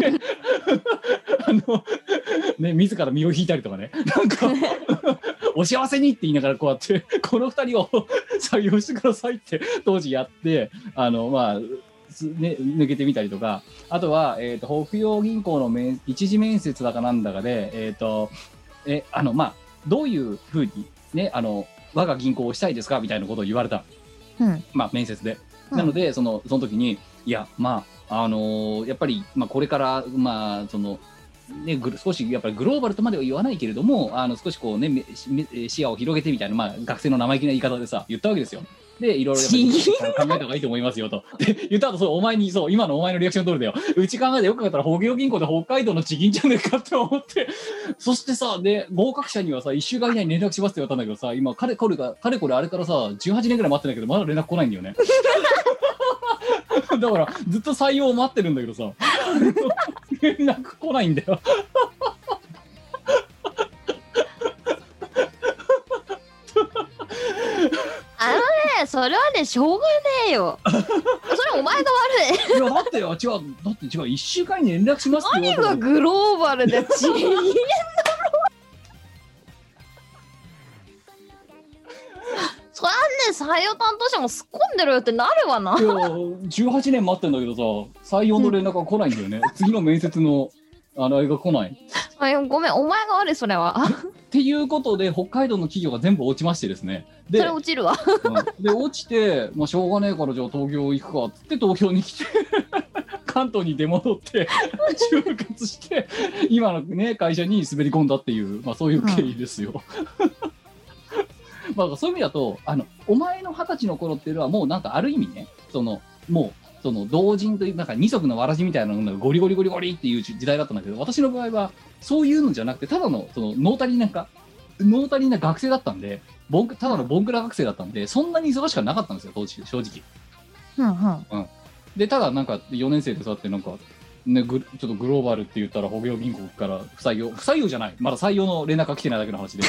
あのね自ら身を引いたりとかねなん かお幸せにって言いながらこうやってこの2人を採用してくださいって当時やってあのまあすね、抜けてみたりとか、あとは、えー、と北洋銀行の面一次面接だかなんだかで、えーとえあのまあ、どういうふうに、ね、あの我が銀行をしたいですかみたいなことを言われた、
うん
まあ、面接で。
うん
なのでそのその時にいやまああのーやっぱり、まあ、これから、まあそのね、ぐる少しやっぱりグローバルとまでは言わないけれどもあの少しこう、ね、めしめ視野を広げてみたいな、まあ、学生の生意気な言い方でさ言ったわけですよ。でいろいろやっぱり
ち
考えた方がいいと思いますよと。で言った後そうお前にそう今のお前のリアクション通りだよ。うち考えてよく考えたら北洋銀行で北海道の地銀じゃねえかって思ってそしてさで合格者にはさ1週間以内に連絡しますって言われたんだけどさ今彼これが彼これあれからさ18年ぐらい待ってんだけどまだ連絡来ないんだよね。 だからずっと採用を待ってるんだけどさ連絡来ないんだよ。
ねそれはね、しょうがねえよ。それお前が悪い。
いやだってよ違うだって違う1週間以内に連絡しますって言
何
わ
が
れた
グローバルでちぎれんだろそりゃね採用担当者もすっ込んでるよってなるわない
や18年待ってんだけどさ採用の連絡が来ないんだよね次の面接のあのあれが来ない。
あいやごめんお前が悪いそれは
っていうことで北海道の企業が全部落ちましてですねで
それ落ちるわ
うんで落ちて、まあ、しょうがねえからじゃあ東京行くかっつって東京に来て 関東に出戻って就活して今のね会社に滑り込んだっていう、まあ、そういう経緯ですよ。 まあそういう意味だとあのお前の二十歳の頃っていうのはもうなんかある意味ねそのもうその同人というなんか二足のわらじみたいなのがゴリゴリゴリゴリっていう時代だったんだけど私の場合はそういうのじゃなくてただのそのノータリーなんかノータリーな学生だったんでボンクただのボンクラ学生だったんでそんなに忙しくはなかったんですよ当時正直
うんうん
でただなんか4年生でさってなんかね、ぐちょっとグローバルって言ったら北洋銀行から不採用不採用じゃないまだ採用の連絡が来てないだけの話で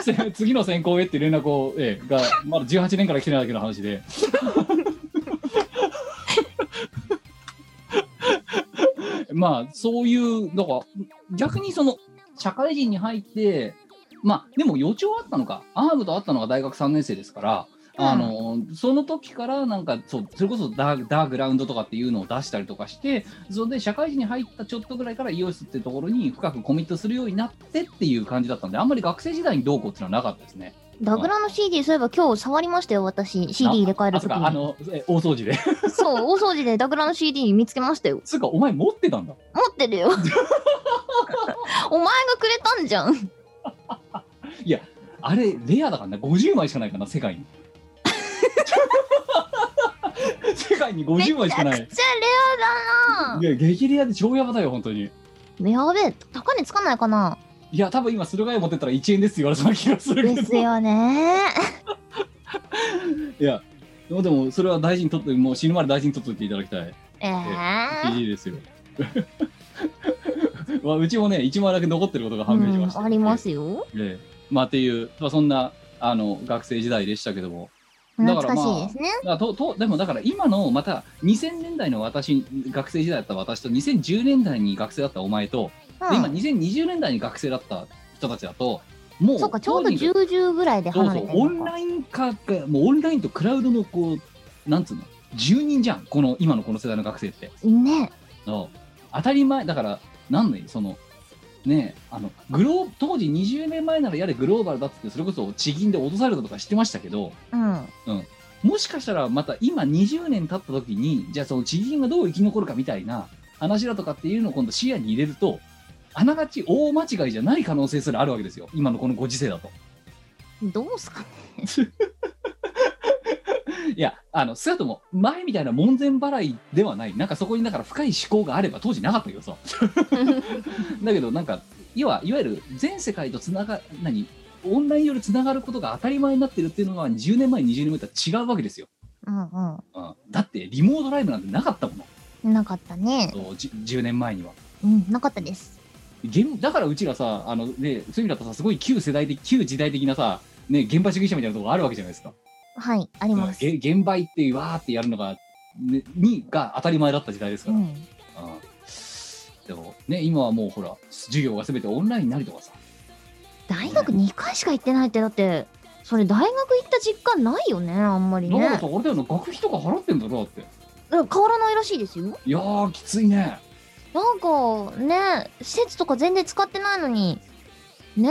せ次の 選考へって連絡を、ええがまだ18年から来てないだけの話でまあそういうだから逆にその社会人に入ってまあでも予兆はあったのかアームと会ったのが大学3年生ですから、あのその時からなんかそうそれこそダーダーグラウンドとかっていうのを出したりとかしてそれで社会人に入ったちょっとぐらいからイオシスってところに深くコミットするようになってっていう感じだったんであんまり学生時代にどうこうっていうのはなかったですね。
ダグラの CD そういえば今日触りましたよ私 CD 入れ替え
あ
る
そ
と
う
き
かあのえ大掃除で。
そう大掃除でダグラの CD 見つけましたよ
つうかお前持ってたんだ。
持って るよお前がくれたんじゃん
あれレアだからな50枚しかないからな世界 に。世界に50枚しかない。
じゃあレアだない
や激レアで超ヤバだよ本当に。
やべえ高値つかないかない
や多分今駿河屋持ってったら1円ですって言われそうな気がするけど。
ですよね
いや、でもでもそれは大事にとって、もう死ぬまで大事にとっておいていただきたい。
えー
いいですよ。 まあ、うちもね、1枚だけ残ってることが判明しました。
うん、ありますよ。
ええ。まあ、っていう、まあ、そんな、あの、学生時代でしたけども。だから
懐かしいですね。
だからととでもだから今のまた2000年代の私学生時代だった私と2010年代に学生だったお前と、で今
うん
2020年代に学生だった人たちだともう
そうか、ちょうど
とにかく
10ぐらいで
そう
離
そ
れ
う
て
オ
る
ン
のか。
ライン化がもうオンラインとクラウドのこうなんつうの住人じゃんこの今のこの世代の学生って
ね。
うん当たり前だからなんでそのねえあのグロー当時20年前ならやれグローバルだっつってそれこそ地銀で落とされたとか知ってましたけど
うん。
もしかしたらまた今20年経った時にじゃあその地銀がどう生き残るかみたいな話だとかっていうのを今度視野に入れるとあながち大間違いじゃない可能性すらあるわけですよ今のこのご時世だと。
どうすかね。
いいやあの少なくとも前みたいな門前払いではないなんかそこにだから深い思考があれば当時なかったけどさだけどなんか要はいわゆる全世界とつなが何オンラインよりつながることが当たり前になってるっていうのが10年前20年前とは違うわけですよ、
うん
うん、だってリモートライブなんてなかったもの
うん。なかったね。
そうじ 10, 年前には
うん、なかったです。
現だからうちらさあの、ね、そういう意味だとさすごい旧世代的旧時代的なさ、ね、現場主義者みたいなところがあるわけじゃないですか
はい、あります。
げ現場行ってわーってやるのが、ね、にが当たり前だった時代ですか
う
ら、うん
ん。
でもね今はもうほら授業が全てオンラインになりとかさ
大学2回しか行ってないってだってそれ大学行った実感ないよねあんまり
だから
ね
さあれだよな学費とか払ってんだろだって
変わらないらしいですよ
いやーきついね
なんかね施設とか全然使ってないのにねえ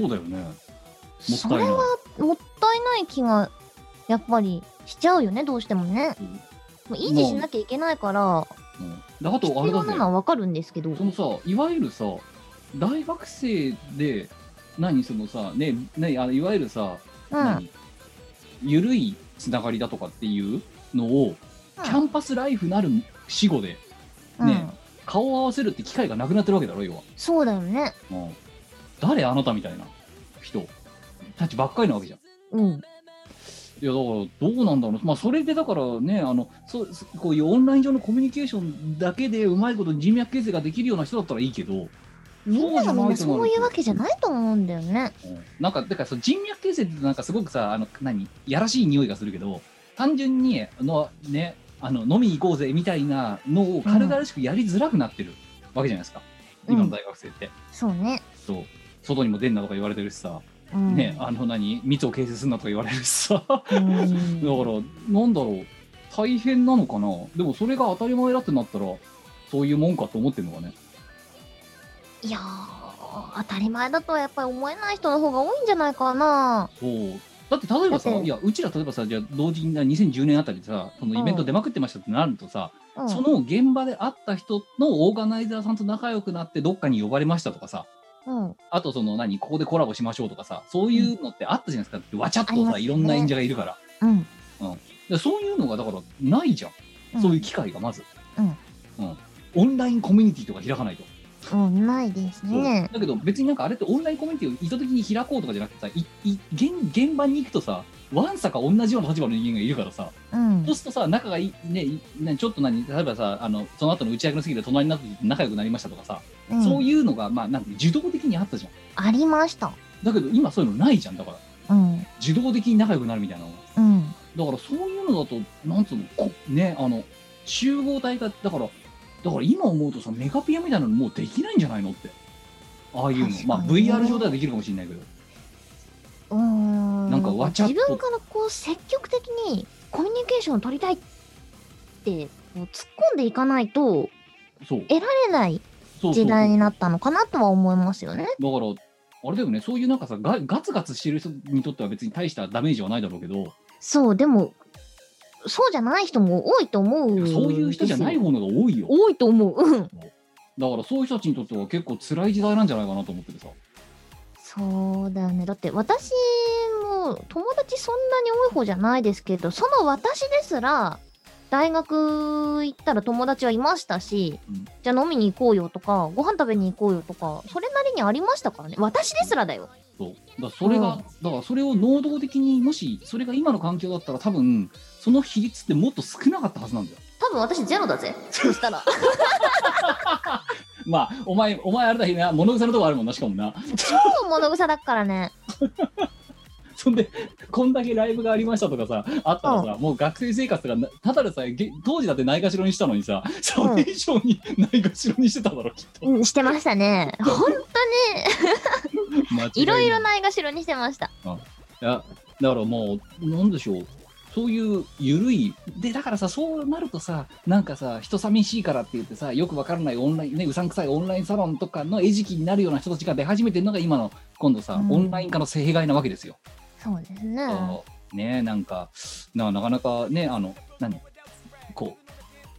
そうだよねもった
そ
いない
れはもったいない気がやっぱりしちゃうよねどうしてもね
うん
もう維持しなきゃいけないから
うんであとあ
必
れ
要
だ
な
ぜ
のはわかるんですけど
そのさいわゆるさ大学生で何そのさねねあのいわゆるさ、
うん
何緩いつながりだとかっていうのを、キャンパスライフなる死後で
うん、
ね顔を合わせるって機会がなくなってるわけだろ要は、
そうだよね
うん、誰あなたみたいな人たちばっかりなわけじゃん
うん
いやだからどうなんだろう、まあ、それでだからねあのそうそこういうオンライン上のコミュニケーションだけでうまいこと人脈形成ができるような人だったらいいけど、うん
みんながみんな
そうじゃないと思う
そういうわけじゃないと思うんだよね
なんかだからその人脈形成ってなんかすごくさあの何やらしい匂いがするけど単純にあの、ね、あの飲みに行こうぜみたいなのを軽々しくやりづらくなってるわけじゃないですか、
うん
今の大学生って。
そうね
そう外にも出んなとか言われてるしさ、
うん
ね、あの何密を形成すんなとか言われるしさ。
うん
だから、なんだろう、大変なのかな、でもそれが当たり前だってなったら、そういうもんかと思ってるのがね。
いやー、当たり前だとはやっぱり思えない人の方が多いんじゃないかな。
そうだって例えばさ、
だって
いや、うちら例えばさ、じゃあ同時にな2010年あたりでさ、そのイベント出まくってましたってなるとさ、
うん、
その現場で会った人のオーガナイザーさんと仲良くなって、どっかに呼ばれましたとかさ、
うん、
あとその何、ここでコラボしましょうとかさ、そういうのってあったじゃないですか、ってわちゃっと
ありま
さ、
すね
いろんな演者がいるから。
うん、
でそういうのがだからないじゃん、
うん
そういう機会がまず、
うん
うんオンラインコミュニティとか開かないと、
うん、ないです
そう
ね。
だけど別になんかあれってオンラインコミュニティを意図的に開こうとかじゃなくてさいい現現場に行くとさわんさか同じような立場の人間がいるからさ、
うん
そう、するとさ仲がいい、ねいね、ちょっと何例えばさあのその後の打ち上げの席で隣になって仲良くなりましたとかさ、
うん
そういうのがまあなんて受動的にあったじゃん
ありました。
だけど今そういうのないじゃんだから
うん、
受動的に仲良くなるみたいなのが
うん、
だからそういうのだと、なんつうの、こね、あの、集合体が、だから、だから今思うとさ、メガピアみたいなのもうできないんじゃないのって。ああいうの。
確かにね
まあ VR 上ではできるかもしれないけど。
うーん。
なんかわちゃっと
自分からこう積極的にコミュニケーションを取りたいって、こう突っ込んでいかないと
そう。
得られない
そうそうそう
時代になったのかなとは思いますよね。
だから、あれだよね、そういうなんかさ、ガガツガツしてる人にとっては別に大したダメージはないだろうけど、
そう、でも、そうじゃない人も多いと思うんですよ。
そういう人じゃない方のが多いよ。
多いと思う。う
だ
ん。
からそういう人たちにとっては結構辛い時代なんじゃないかなと思っててさ。
そうだよね。だって私も友達そんなに多い方じゃないですけど、その私ですら、大学行ったら友達はいましたし、
うん
じゃあ飲みに行こうよとか、ご飯食べに行こうよとか、それなりにありましたからね。私ですらだよ。
そうだからそれが、
うん
だからそれを能動的にもしそれが今の環境だったら多分その比率ってもっと少なかったはずなんだよ
多分私ゼロだぜ。そした ら。
まあお前お前あれだけな物臭のとこあるもんなしかもな
超物臭だからね。
そんでこんだけライブがありましたとかさあったらさ、もう学生生活がなただでさえげ当時だってないがしろにしたのにさそれ以上にないがしろにしてただろきっと、
うんしてまし たね。ほんと
間違
いろいろ
な
ないがしろにしてました。
いやだからもうなんでしょうそういう緩いでだからさそうなるとさなんかさ人寂しいからって言ってさよくわからないオンラインねうさんくさいオンラインサロンとかの餌食になるような人たちが出始めてるのが今の今度さ、
うん
オンライン化の弊害なわけですよ。
そうですね。
そうねなんかななかなかねあの何こ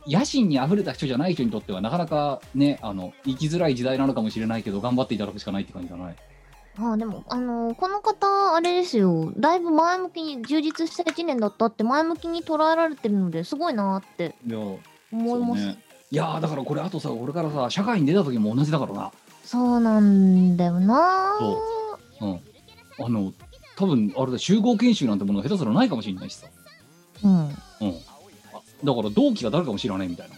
う野心にあふれた人じゃない人にとってはなかなかねあの生きづらい時代なのかもしれないけど頑張っていただくしかないって感じじゃない。
ああでも、あのーこの方、あれですよ。だいぶ前向きに、充実した一年だったって前向きに捉えられてるので、すごいなーって
いや
思い
そう
ます。
ねいやーだからこれあとさ俺からさ社会に出た時も同じだからな
そうなんだよなー
そうんあの多分あれだ集合研修なんてものが下手すらないかもしれないしさ
うん。う
う
ん。
んあだから同期が誰かも知らないみたい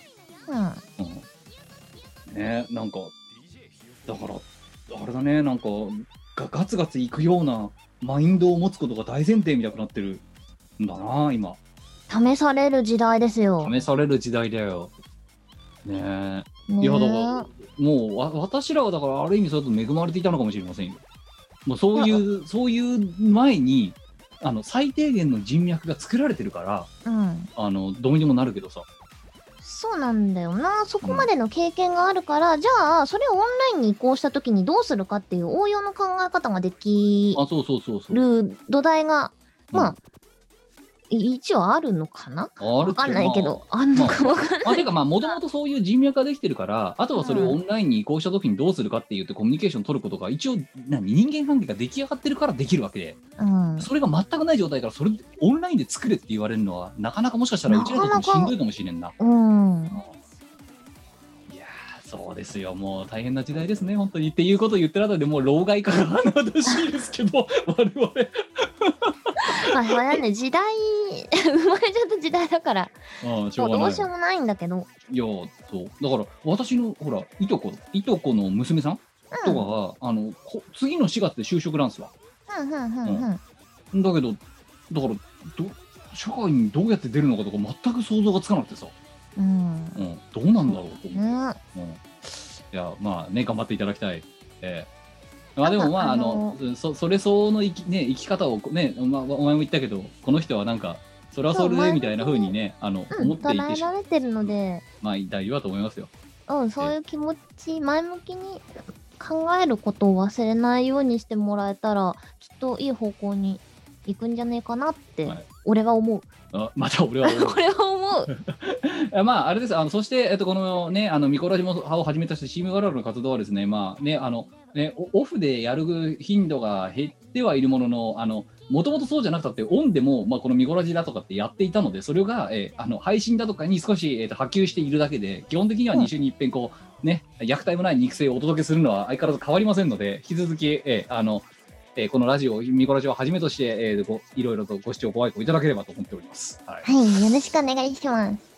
なうんねなんかだからあれだねなんかがガツガツいくようなマインドを持つことが大前提みたいになってるんだな今
試される時代ですよ。
試される時代だよねえい
ね
やだから
ー
もうわ私らはだからある意味そうやって恵まれていたのかもしれませんよ。もうそういうそういう前にあの最低限の人脈が作られてるから
うん。
あのどうにでもなるけどさ
そうなんだよな。そこまでの経験があるから、じゃあ、それをオンラインに移行した時にどうするかっていう応用の考え方ができ
あそうそうそうそう。
る土台が、
うん
まあ、い一応あるのかな
ある
わ
っちゃ
かんないけど、あんのかわかんない。
まあ、てかまあ、もともとそういう人脈ができてるから、あとはそれをオンラインに移行したときにどうするかって言ってコミュニケーション取ることが、一応、何、人間関係が出来上がってるからできるわけで、
うん。
それが全くない状態から、それ、オンラインで作れって言われるのは、なかなかもしかしたら、うちらにとってもしんどいかもしれんな。
うん。
いやーそうですよ、もう大変な時代ですね、本当に。っていうことを言ってるあたりでもう、老害化が甚だしいですけど、 我々。
まあ、それはね、時代、生まれちゃった時代だから、
うん、しょ
も
うが
うど
な
う
い。
しようもないんだけど。
いやーそうだから私のほらいとこいとこの娘さんとかは、あのこ次の4月で就職なんですわ
うん、うん、うん、うん。
だけどだからど社会にどうやって出るのかとか全く想像がつかなくてさ、
うん。
うん、どうなんだろうと思って、
ね
うん、いやまあね頑張っていただきたいええまあでもまああ
なんか
のそそれ相応の生き,、ね、生き方をこね、まあ、お前も言ったけどこの人はなんかそれはそれでみたいな風にねあの、
うん、
思ってい
捉
て
え
し
られてるので、
まあ大丈夫だと思いますよ
うん、そういう気持ち、前向きに考えることを忘れないようにしてもらえたら、きっといい方向に行くんじゃねえかなって
はい、
俺は思う。
あまた俺は思う
これは思う。
えま あ、あれです。あの、そして、えっと、このね、あの、ミコラジモ派をはじめとして、チームガラルの活動はですね、まあ、ね、あの、ね、オオフでやる頻度が減ってはいるものの、あの、もともとそうじゃなくたって、オンでも、まあ、このミコラジだとかってやっていたので、それが、えーあの、配信だとかに少し、えっと、波及しているだけで、基本的には2週に一遍、こう、ね、虐待もない肉声をお届けするのは相変わらず変わりませんので、引き続き、えーあの、えーこのラジオ、ミコラジをはじめとして、えーごいろいろとご視聴、ご愛顧いただければと思っております。はい。
はい、よろしくお願いします。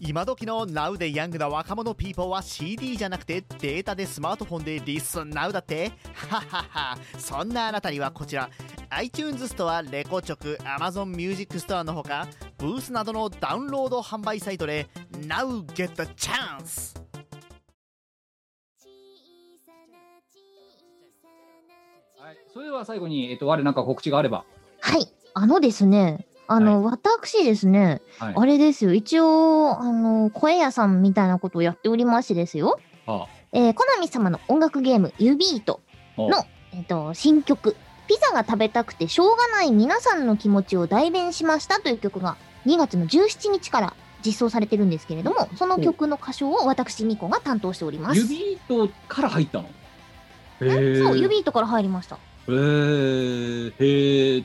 今時の Now でヤングな若者ピーポーは CD じゃなくてデータでスマートフォンでリスン Now だってはははそんなあなたにはこちら iTunes ストア、レコチョク、Amazon Music ストアのほかブースなどのダウンロード販売サイトで Now get the chance!
はい、それでは最後に、えっと、我なんか告知があれば。
はい、あのですね、あの、私ですね、
はい
あれですよ、一応、あの、声屋さんみたいなことをやっておりましてですよ、
あ
えー、コナミ様の音楽ゲーム、ユビート
お
の、えっ、と、新曲、ピザが食べたくてしょうがない皆さんの気持ちを代弁しましたという曲が、2月の17日から実装されてるんですけれども、その曲の歌唱を私、ミコが担当しております。
指糸から入ったの。へえ。
そう、ユビートから入りました。
へーへーへ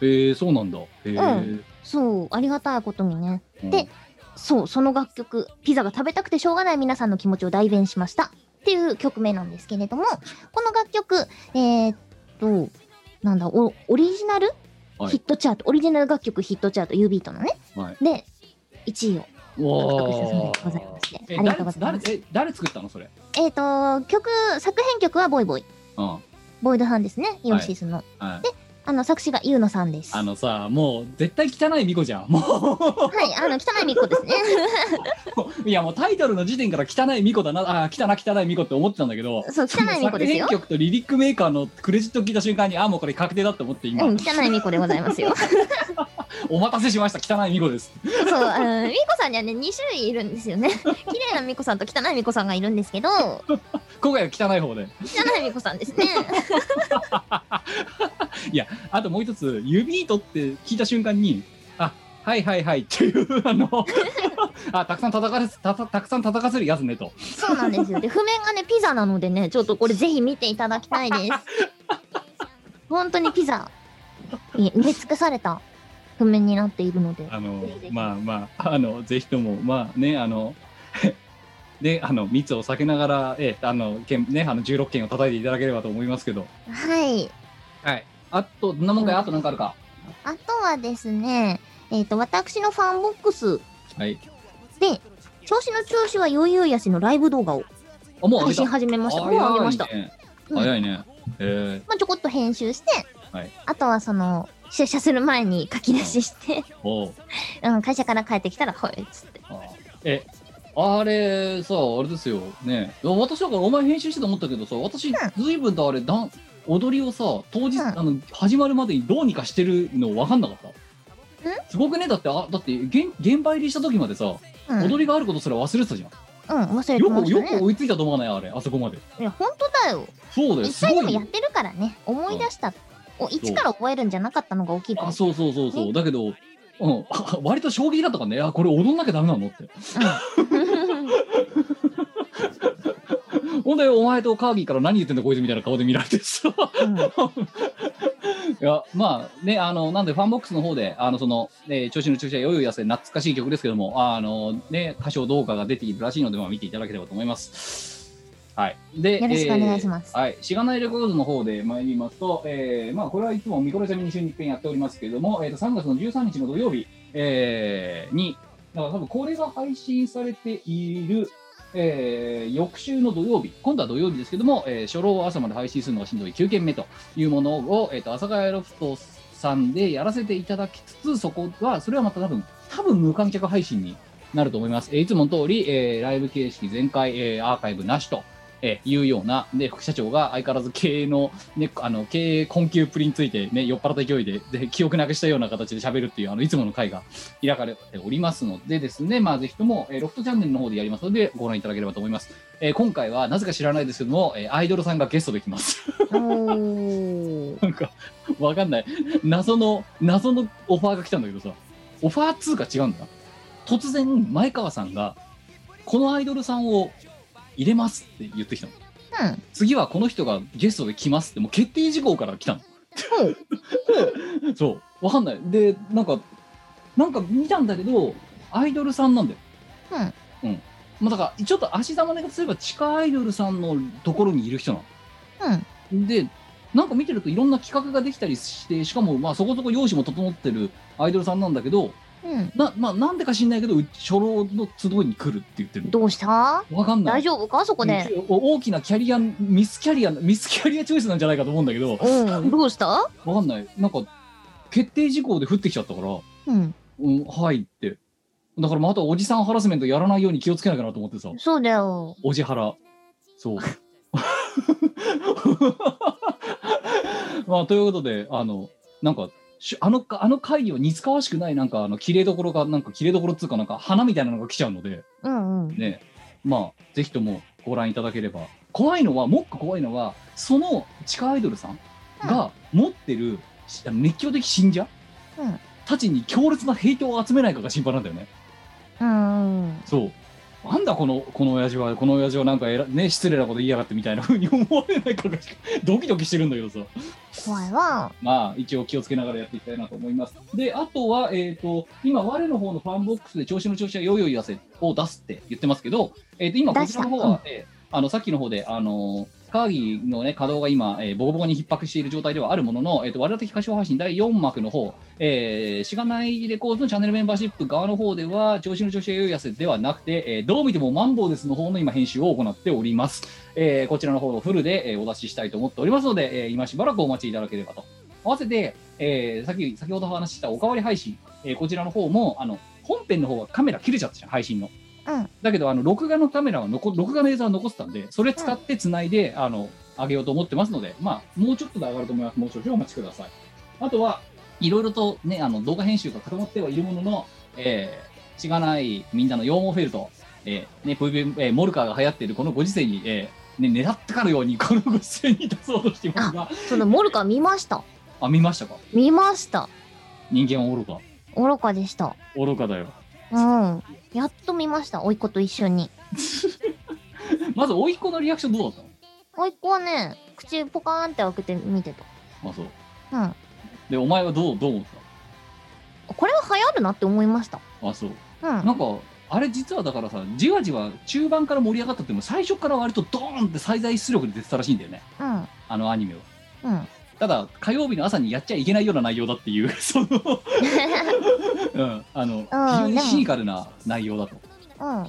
ーそうなんだ。へえ。
そう、ありがたいことにね。
うん
でそう、その楽曲、ピザが食べたくてしょうがない皆さんの気持ちを代弁しましたっていう曲名なんですけれども、この楽曲、えーっと、なんだ、おオリジナル、
はい
ヒットチャート、オリジナル楽曲ヒットチャート、ユービートのね。
はい
で、1位を獲得したそう
わ
でございまし
ー
て、
え
ありがとうご
誰
ざいま
誰
す。
え誰作ったのそれ。
えーっと、曲、作編曲はボイボイ、
うんは
ボイドさんですね、イオシスの。
い。
あの作詞がゆうのさんです。
あ
はい、
のさもう絶対汚い巫女じゃんも
あの汚いみっ こですね。
う いやもうタイトルの時点から汚い巫女だなあー汚い汚い巫女って思ってたんだけど
そう汚いみっこ
作
ですよ
編。曲とリリックメーカーのクレジットを聞いた瞬間にあーもうこれ確定だと思って今、
うん、汚いみっこでございますよ。
お待たせしました汚い巫女です
そう、あのみっこさんにはね、2種類いるんですよ ね。綺麗なみっこさんと汚いみっこさんがいるんですけど、汚
今回は汚い方で
いみっこさんですね。
あともう一つ、指糸って聞いた瞬間に、あはいはいはいっていう、あの、 あたくさん叩かれたたたくさん叩かせるやつねと。
そうなんですよ。で、譜面がね、ピザなのでね、ちょっとこれぜひ見ていただきたいです。本当にピザ。い埋め尽くされた譜面になっているので。
あの、まあまあ、あの、ぜひとも、まあね、あの、 で、あの、密を避けながら、ええ、あの、けね、あの、16件を叩いていただければと思いますけど。
はい。
はい。あと、どんなもんかよあと何かあるか。
あとはですね、えっ、と、私のファンボックス
はい。
で、調子の調子は悠々やしのライブ動画を
あ、もう
配信
上げ
始めました。
た。
もう上げました。
早いね。
うん
早いね。え
まあ、ちょこっと編集して、
はい
あとはその、出社する前に書き出しして、
ー、おう。
うん、会社から帰ってきたら、はい、っつって。
あえあれさあれですよね私だからお前編集してと思ったけどさ私随分とあれだん踊りをさ当日、
うん
あの始まるまでにどうにかしてるの分かんなかったすごくねだってあだって現現場入りした時までさ、
うん、
踊りがあることすら忘れてたじゃん
うん、忘れて
よ
ま
く
し
よ
た
く
ね。
追いついたと思わないあれあそこまで
いや、本当だよ。
そうだよ
一
す
回
ご
で
いよ
もやってるからね、思い出した。お、一から覚えるんじゃなかったのが大きいか
あ
も。
そうそうそうそうだけどうん 割と衝撃だったからねあこれ踊んなきゃダメなのってほんで、お前とカーギーから何言ってんだこいつみたいな顔で見られてさ。いや、まあね、あの、なんでファンボックスの方で、あの、その、えー調子の注射、よいよいやせ、懐かしい曲ですけども、あの、ね、歌唱動画が出ているらしいので、まあ見ていただければと思います。はい。で、
よろしくお願いします
えーはい。しがないレコードの方で参りますと、えーまあ、これはいつもミコロちゃみに週に一遍やっておりますけれども、えー、と3月の13日の土曜日、えーに、だから多分これが配信されている、えー翌週の土曜日、今度は土曜日ですけども、えー初老を朝まで配信するのがしんどい9件目というものを、えー、と阿佐ヶ谷ロフトさんでやらせていただきつつ、そこは、それはまた多分、多分無観客配信になると思います。えーいつもの通り、えーライブ形式全開、えーアーカイブなしと。えーいうような、で、副社長が相変わらず経営の、ね、あの、経営困窮プリについて、ね、酔っ払った勢いで、で、記憶なくしたような形で喋るっていう、あの、いつもの回が開かれておりますのでですね、まあ、ぜひとも、えーロフトチャンネルの方でやりますので、ご覧いただければと思います。えー今回は、なぜか知らないですけども、えーアイドルさんがゲストできます。
おー
なんか、 わかんない。謎の、謎のオファーが来たんだけどさ、オファーっつうか違うんだな。突然、前川さんが、このアイドルさんを入れますって言ってきたの。
うん
次はこの人がゲストで来ますって、もう決定事項から来たの。そう、わかんない。で、なんか、なんか見たんだけど、アイドルさんなんだよ。うん。うん。まあ、だから、ちょっと足ざまねがすれば、地下アイドルさんのところにいる人なの。でなんか見てるといろんな企画ができたりしてしかもまあそこそこ容姿も整ってるアイドルさんなんだけど
うん、うん。
な,、まあ、なんでか知んないけどう初老の集いに来るって言ってる
どうした
わかんない
大丈夫かそこで。
お大きなキャリアミスキャリアミスキャリアチョイスなんじゃないかと思うんだけど
うん、どうした
わかんないなんか決定事項で降ってきちゃったから、
うん。
うん、はいってだからまたおじさんハラスメントやらないように気をつけなきゃなと思ってさ
そうだよ。
おじはら。そう。 まあ、ということで、あの、なんか、しあのか、あの会議を似つかわしくない、なんか、あの、綺麗どころが、なんか、綺麗どころっつうか、なんか、花みたいなのが来ちゃうので、
うんうん。
ね、まあ、ぜひともご覧いただければ。怖いのは、もっと怖いのは、その地下アイドルさんが持ってる、しあの熱狂的信者、
うん
たちに強烈なヘイトを集めないかが心配なんだよね。
うんうん。
そう。なんだこの、この親父は、この親父はなんかえら、ね、失礼なこと言いやがってみたいなふうに思われないかが、ドキドキしてるんだけどさ。
怖いわ。
まあ、一応気をつけながらやっていきたいなと思います。で、あとは、えっ、と、今、我の方のファンボックスで調子の調子はよいよいやせを出すって言ってますけど、えっ、と、今、こ
出
ち
し
ら
た
の方は、えーあの、さっきの方で、あのー、カーギーのね、稼働が今、えーボコボコに逼迫している状態ではあるものの、えっ、と、我々的歌唱配信第4幕の方、えー、しがないレコードのチャンネルメンバーシップ側の方では、調子の調子はよいよいやせではなくて、えーどう見てもマンボウですの方の今、編集を行っております。えーこちらの方をフルで、えーお出ししたいと思っておりますので、えー今しばらくお待ちいただければと合わせて、えー先先ほどお話ししたおかわり配信、えーこちらの方もあの本編の方はカメラ切れちゃったじゃん配信の、
うん
だけどあの録画のカメラは残録画の映像は残ってたんでそれ使ってつないで、あの上げようと思ってますので、まあ、もうちょっとで上がると思いますもう少々お待ちくださいあとはいろいろと、ね、あの動画編集が固まってはいるものの、えー、しがないみんなの羊毛フェルト、えーね VV えーモルカーが流行っているこのご時世に、えーね、狙ってかのようにこのご時世に出そうとしていますが
そのモルカー見ました
あ見ましたか
見ました
人間は愚か
愚かでした
愚かだよ
うんやっと見ました甥いっ子と一緒に
まず甥いっ子のリアクションどうだっ
甥いっ子はね口ポカーンって開けて見て
たのあそう
たうん
でお前はどうどう思って
これは流行るなって思いました
たあそう
うん
なんかあれ実はだからさじわじわ中盤から盛り上がったっても最初から割とドーンって最大出力で出てたらしいんだよね
うん
あのアニメは
うん
ただ火曜日の朝にやっちゃいけないような内容だっていうその、うん、あの非常にシニカルな内容だと。
うん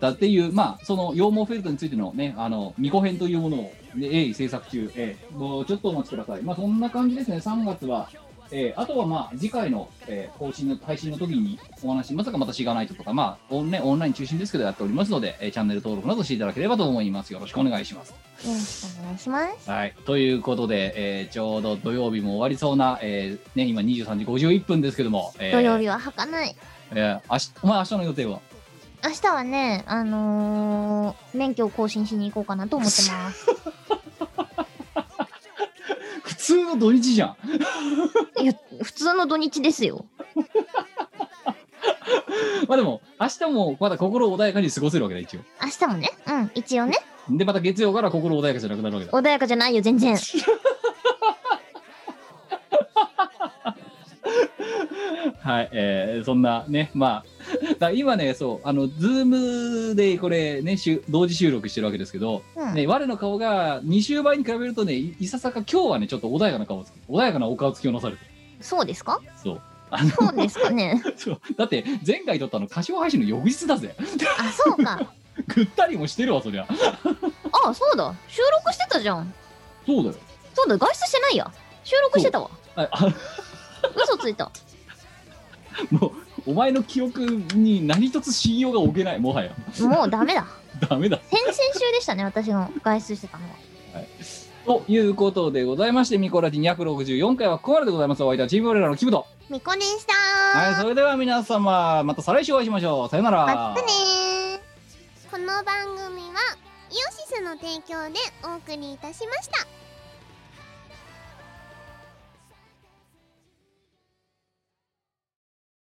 だっていう、まあ、その羊毛フェルトについてのね、あの、未公編というものを、ね、鋭意制作中、えーもうちょっとお待ちください。まあ、そんな感じですね、3月は。えーあとはまあ、次回の、えー更新の、配信の時にお話しまさかまたしがないととか、まあ、オン,、ね、オンライン中心ですけどやっておりますので、えーチャンネル登録などしていただければと思います。よろしくお願いします。
よろしくお願いします
はい、ということで、えーちょうど土曜日も終わりそうな、えーね、今23時51分ですけども、えー
土曜日は履かない
えー明日お前明日の予定は
明日はねあのー、免許を更新しに行こうかなと思ってます
普通の土日じゃん
いや普通の土日ですよ
まあでも明日もまだ心穏やかに過ごせるわけだ一応
明日もねうん一応ね
でまた月曜から心穏やかじゃなくなるわけだ
穏やかじゃないよ全然
はい、えーそんなねまあだから今ねそうあのズームでこれねしゅ同時収録してるわけですけど、
うん
ね、我の顔が2週前に比べるとねいいささか今日はねちょっと穏やかな顔つき穏やかなお顔つきをなされてる
そうですか
そうあの
そうです かね
そうだって前回撮ったの歌唱配信の翌日だぜ
あそうか
ぐったりもしてるわそりゃ
あそうだ収録してたじゃん
そうだよ
そうだ外出してないや収録してたわ
ああ
嘘ついた
もうお前の記憶に何一つ信用が置けないもはや
もうダメだ
ダメだ
先々週でしたね私が外出してたのは
ということでございましてミコラジ264回はここまででございますお相手はチーム俺らのキムト
みこでした
はいそれでは皆様また再来週お会いしましょうさよなら
またねーこの番組はイオシスの提供でお送りいたしました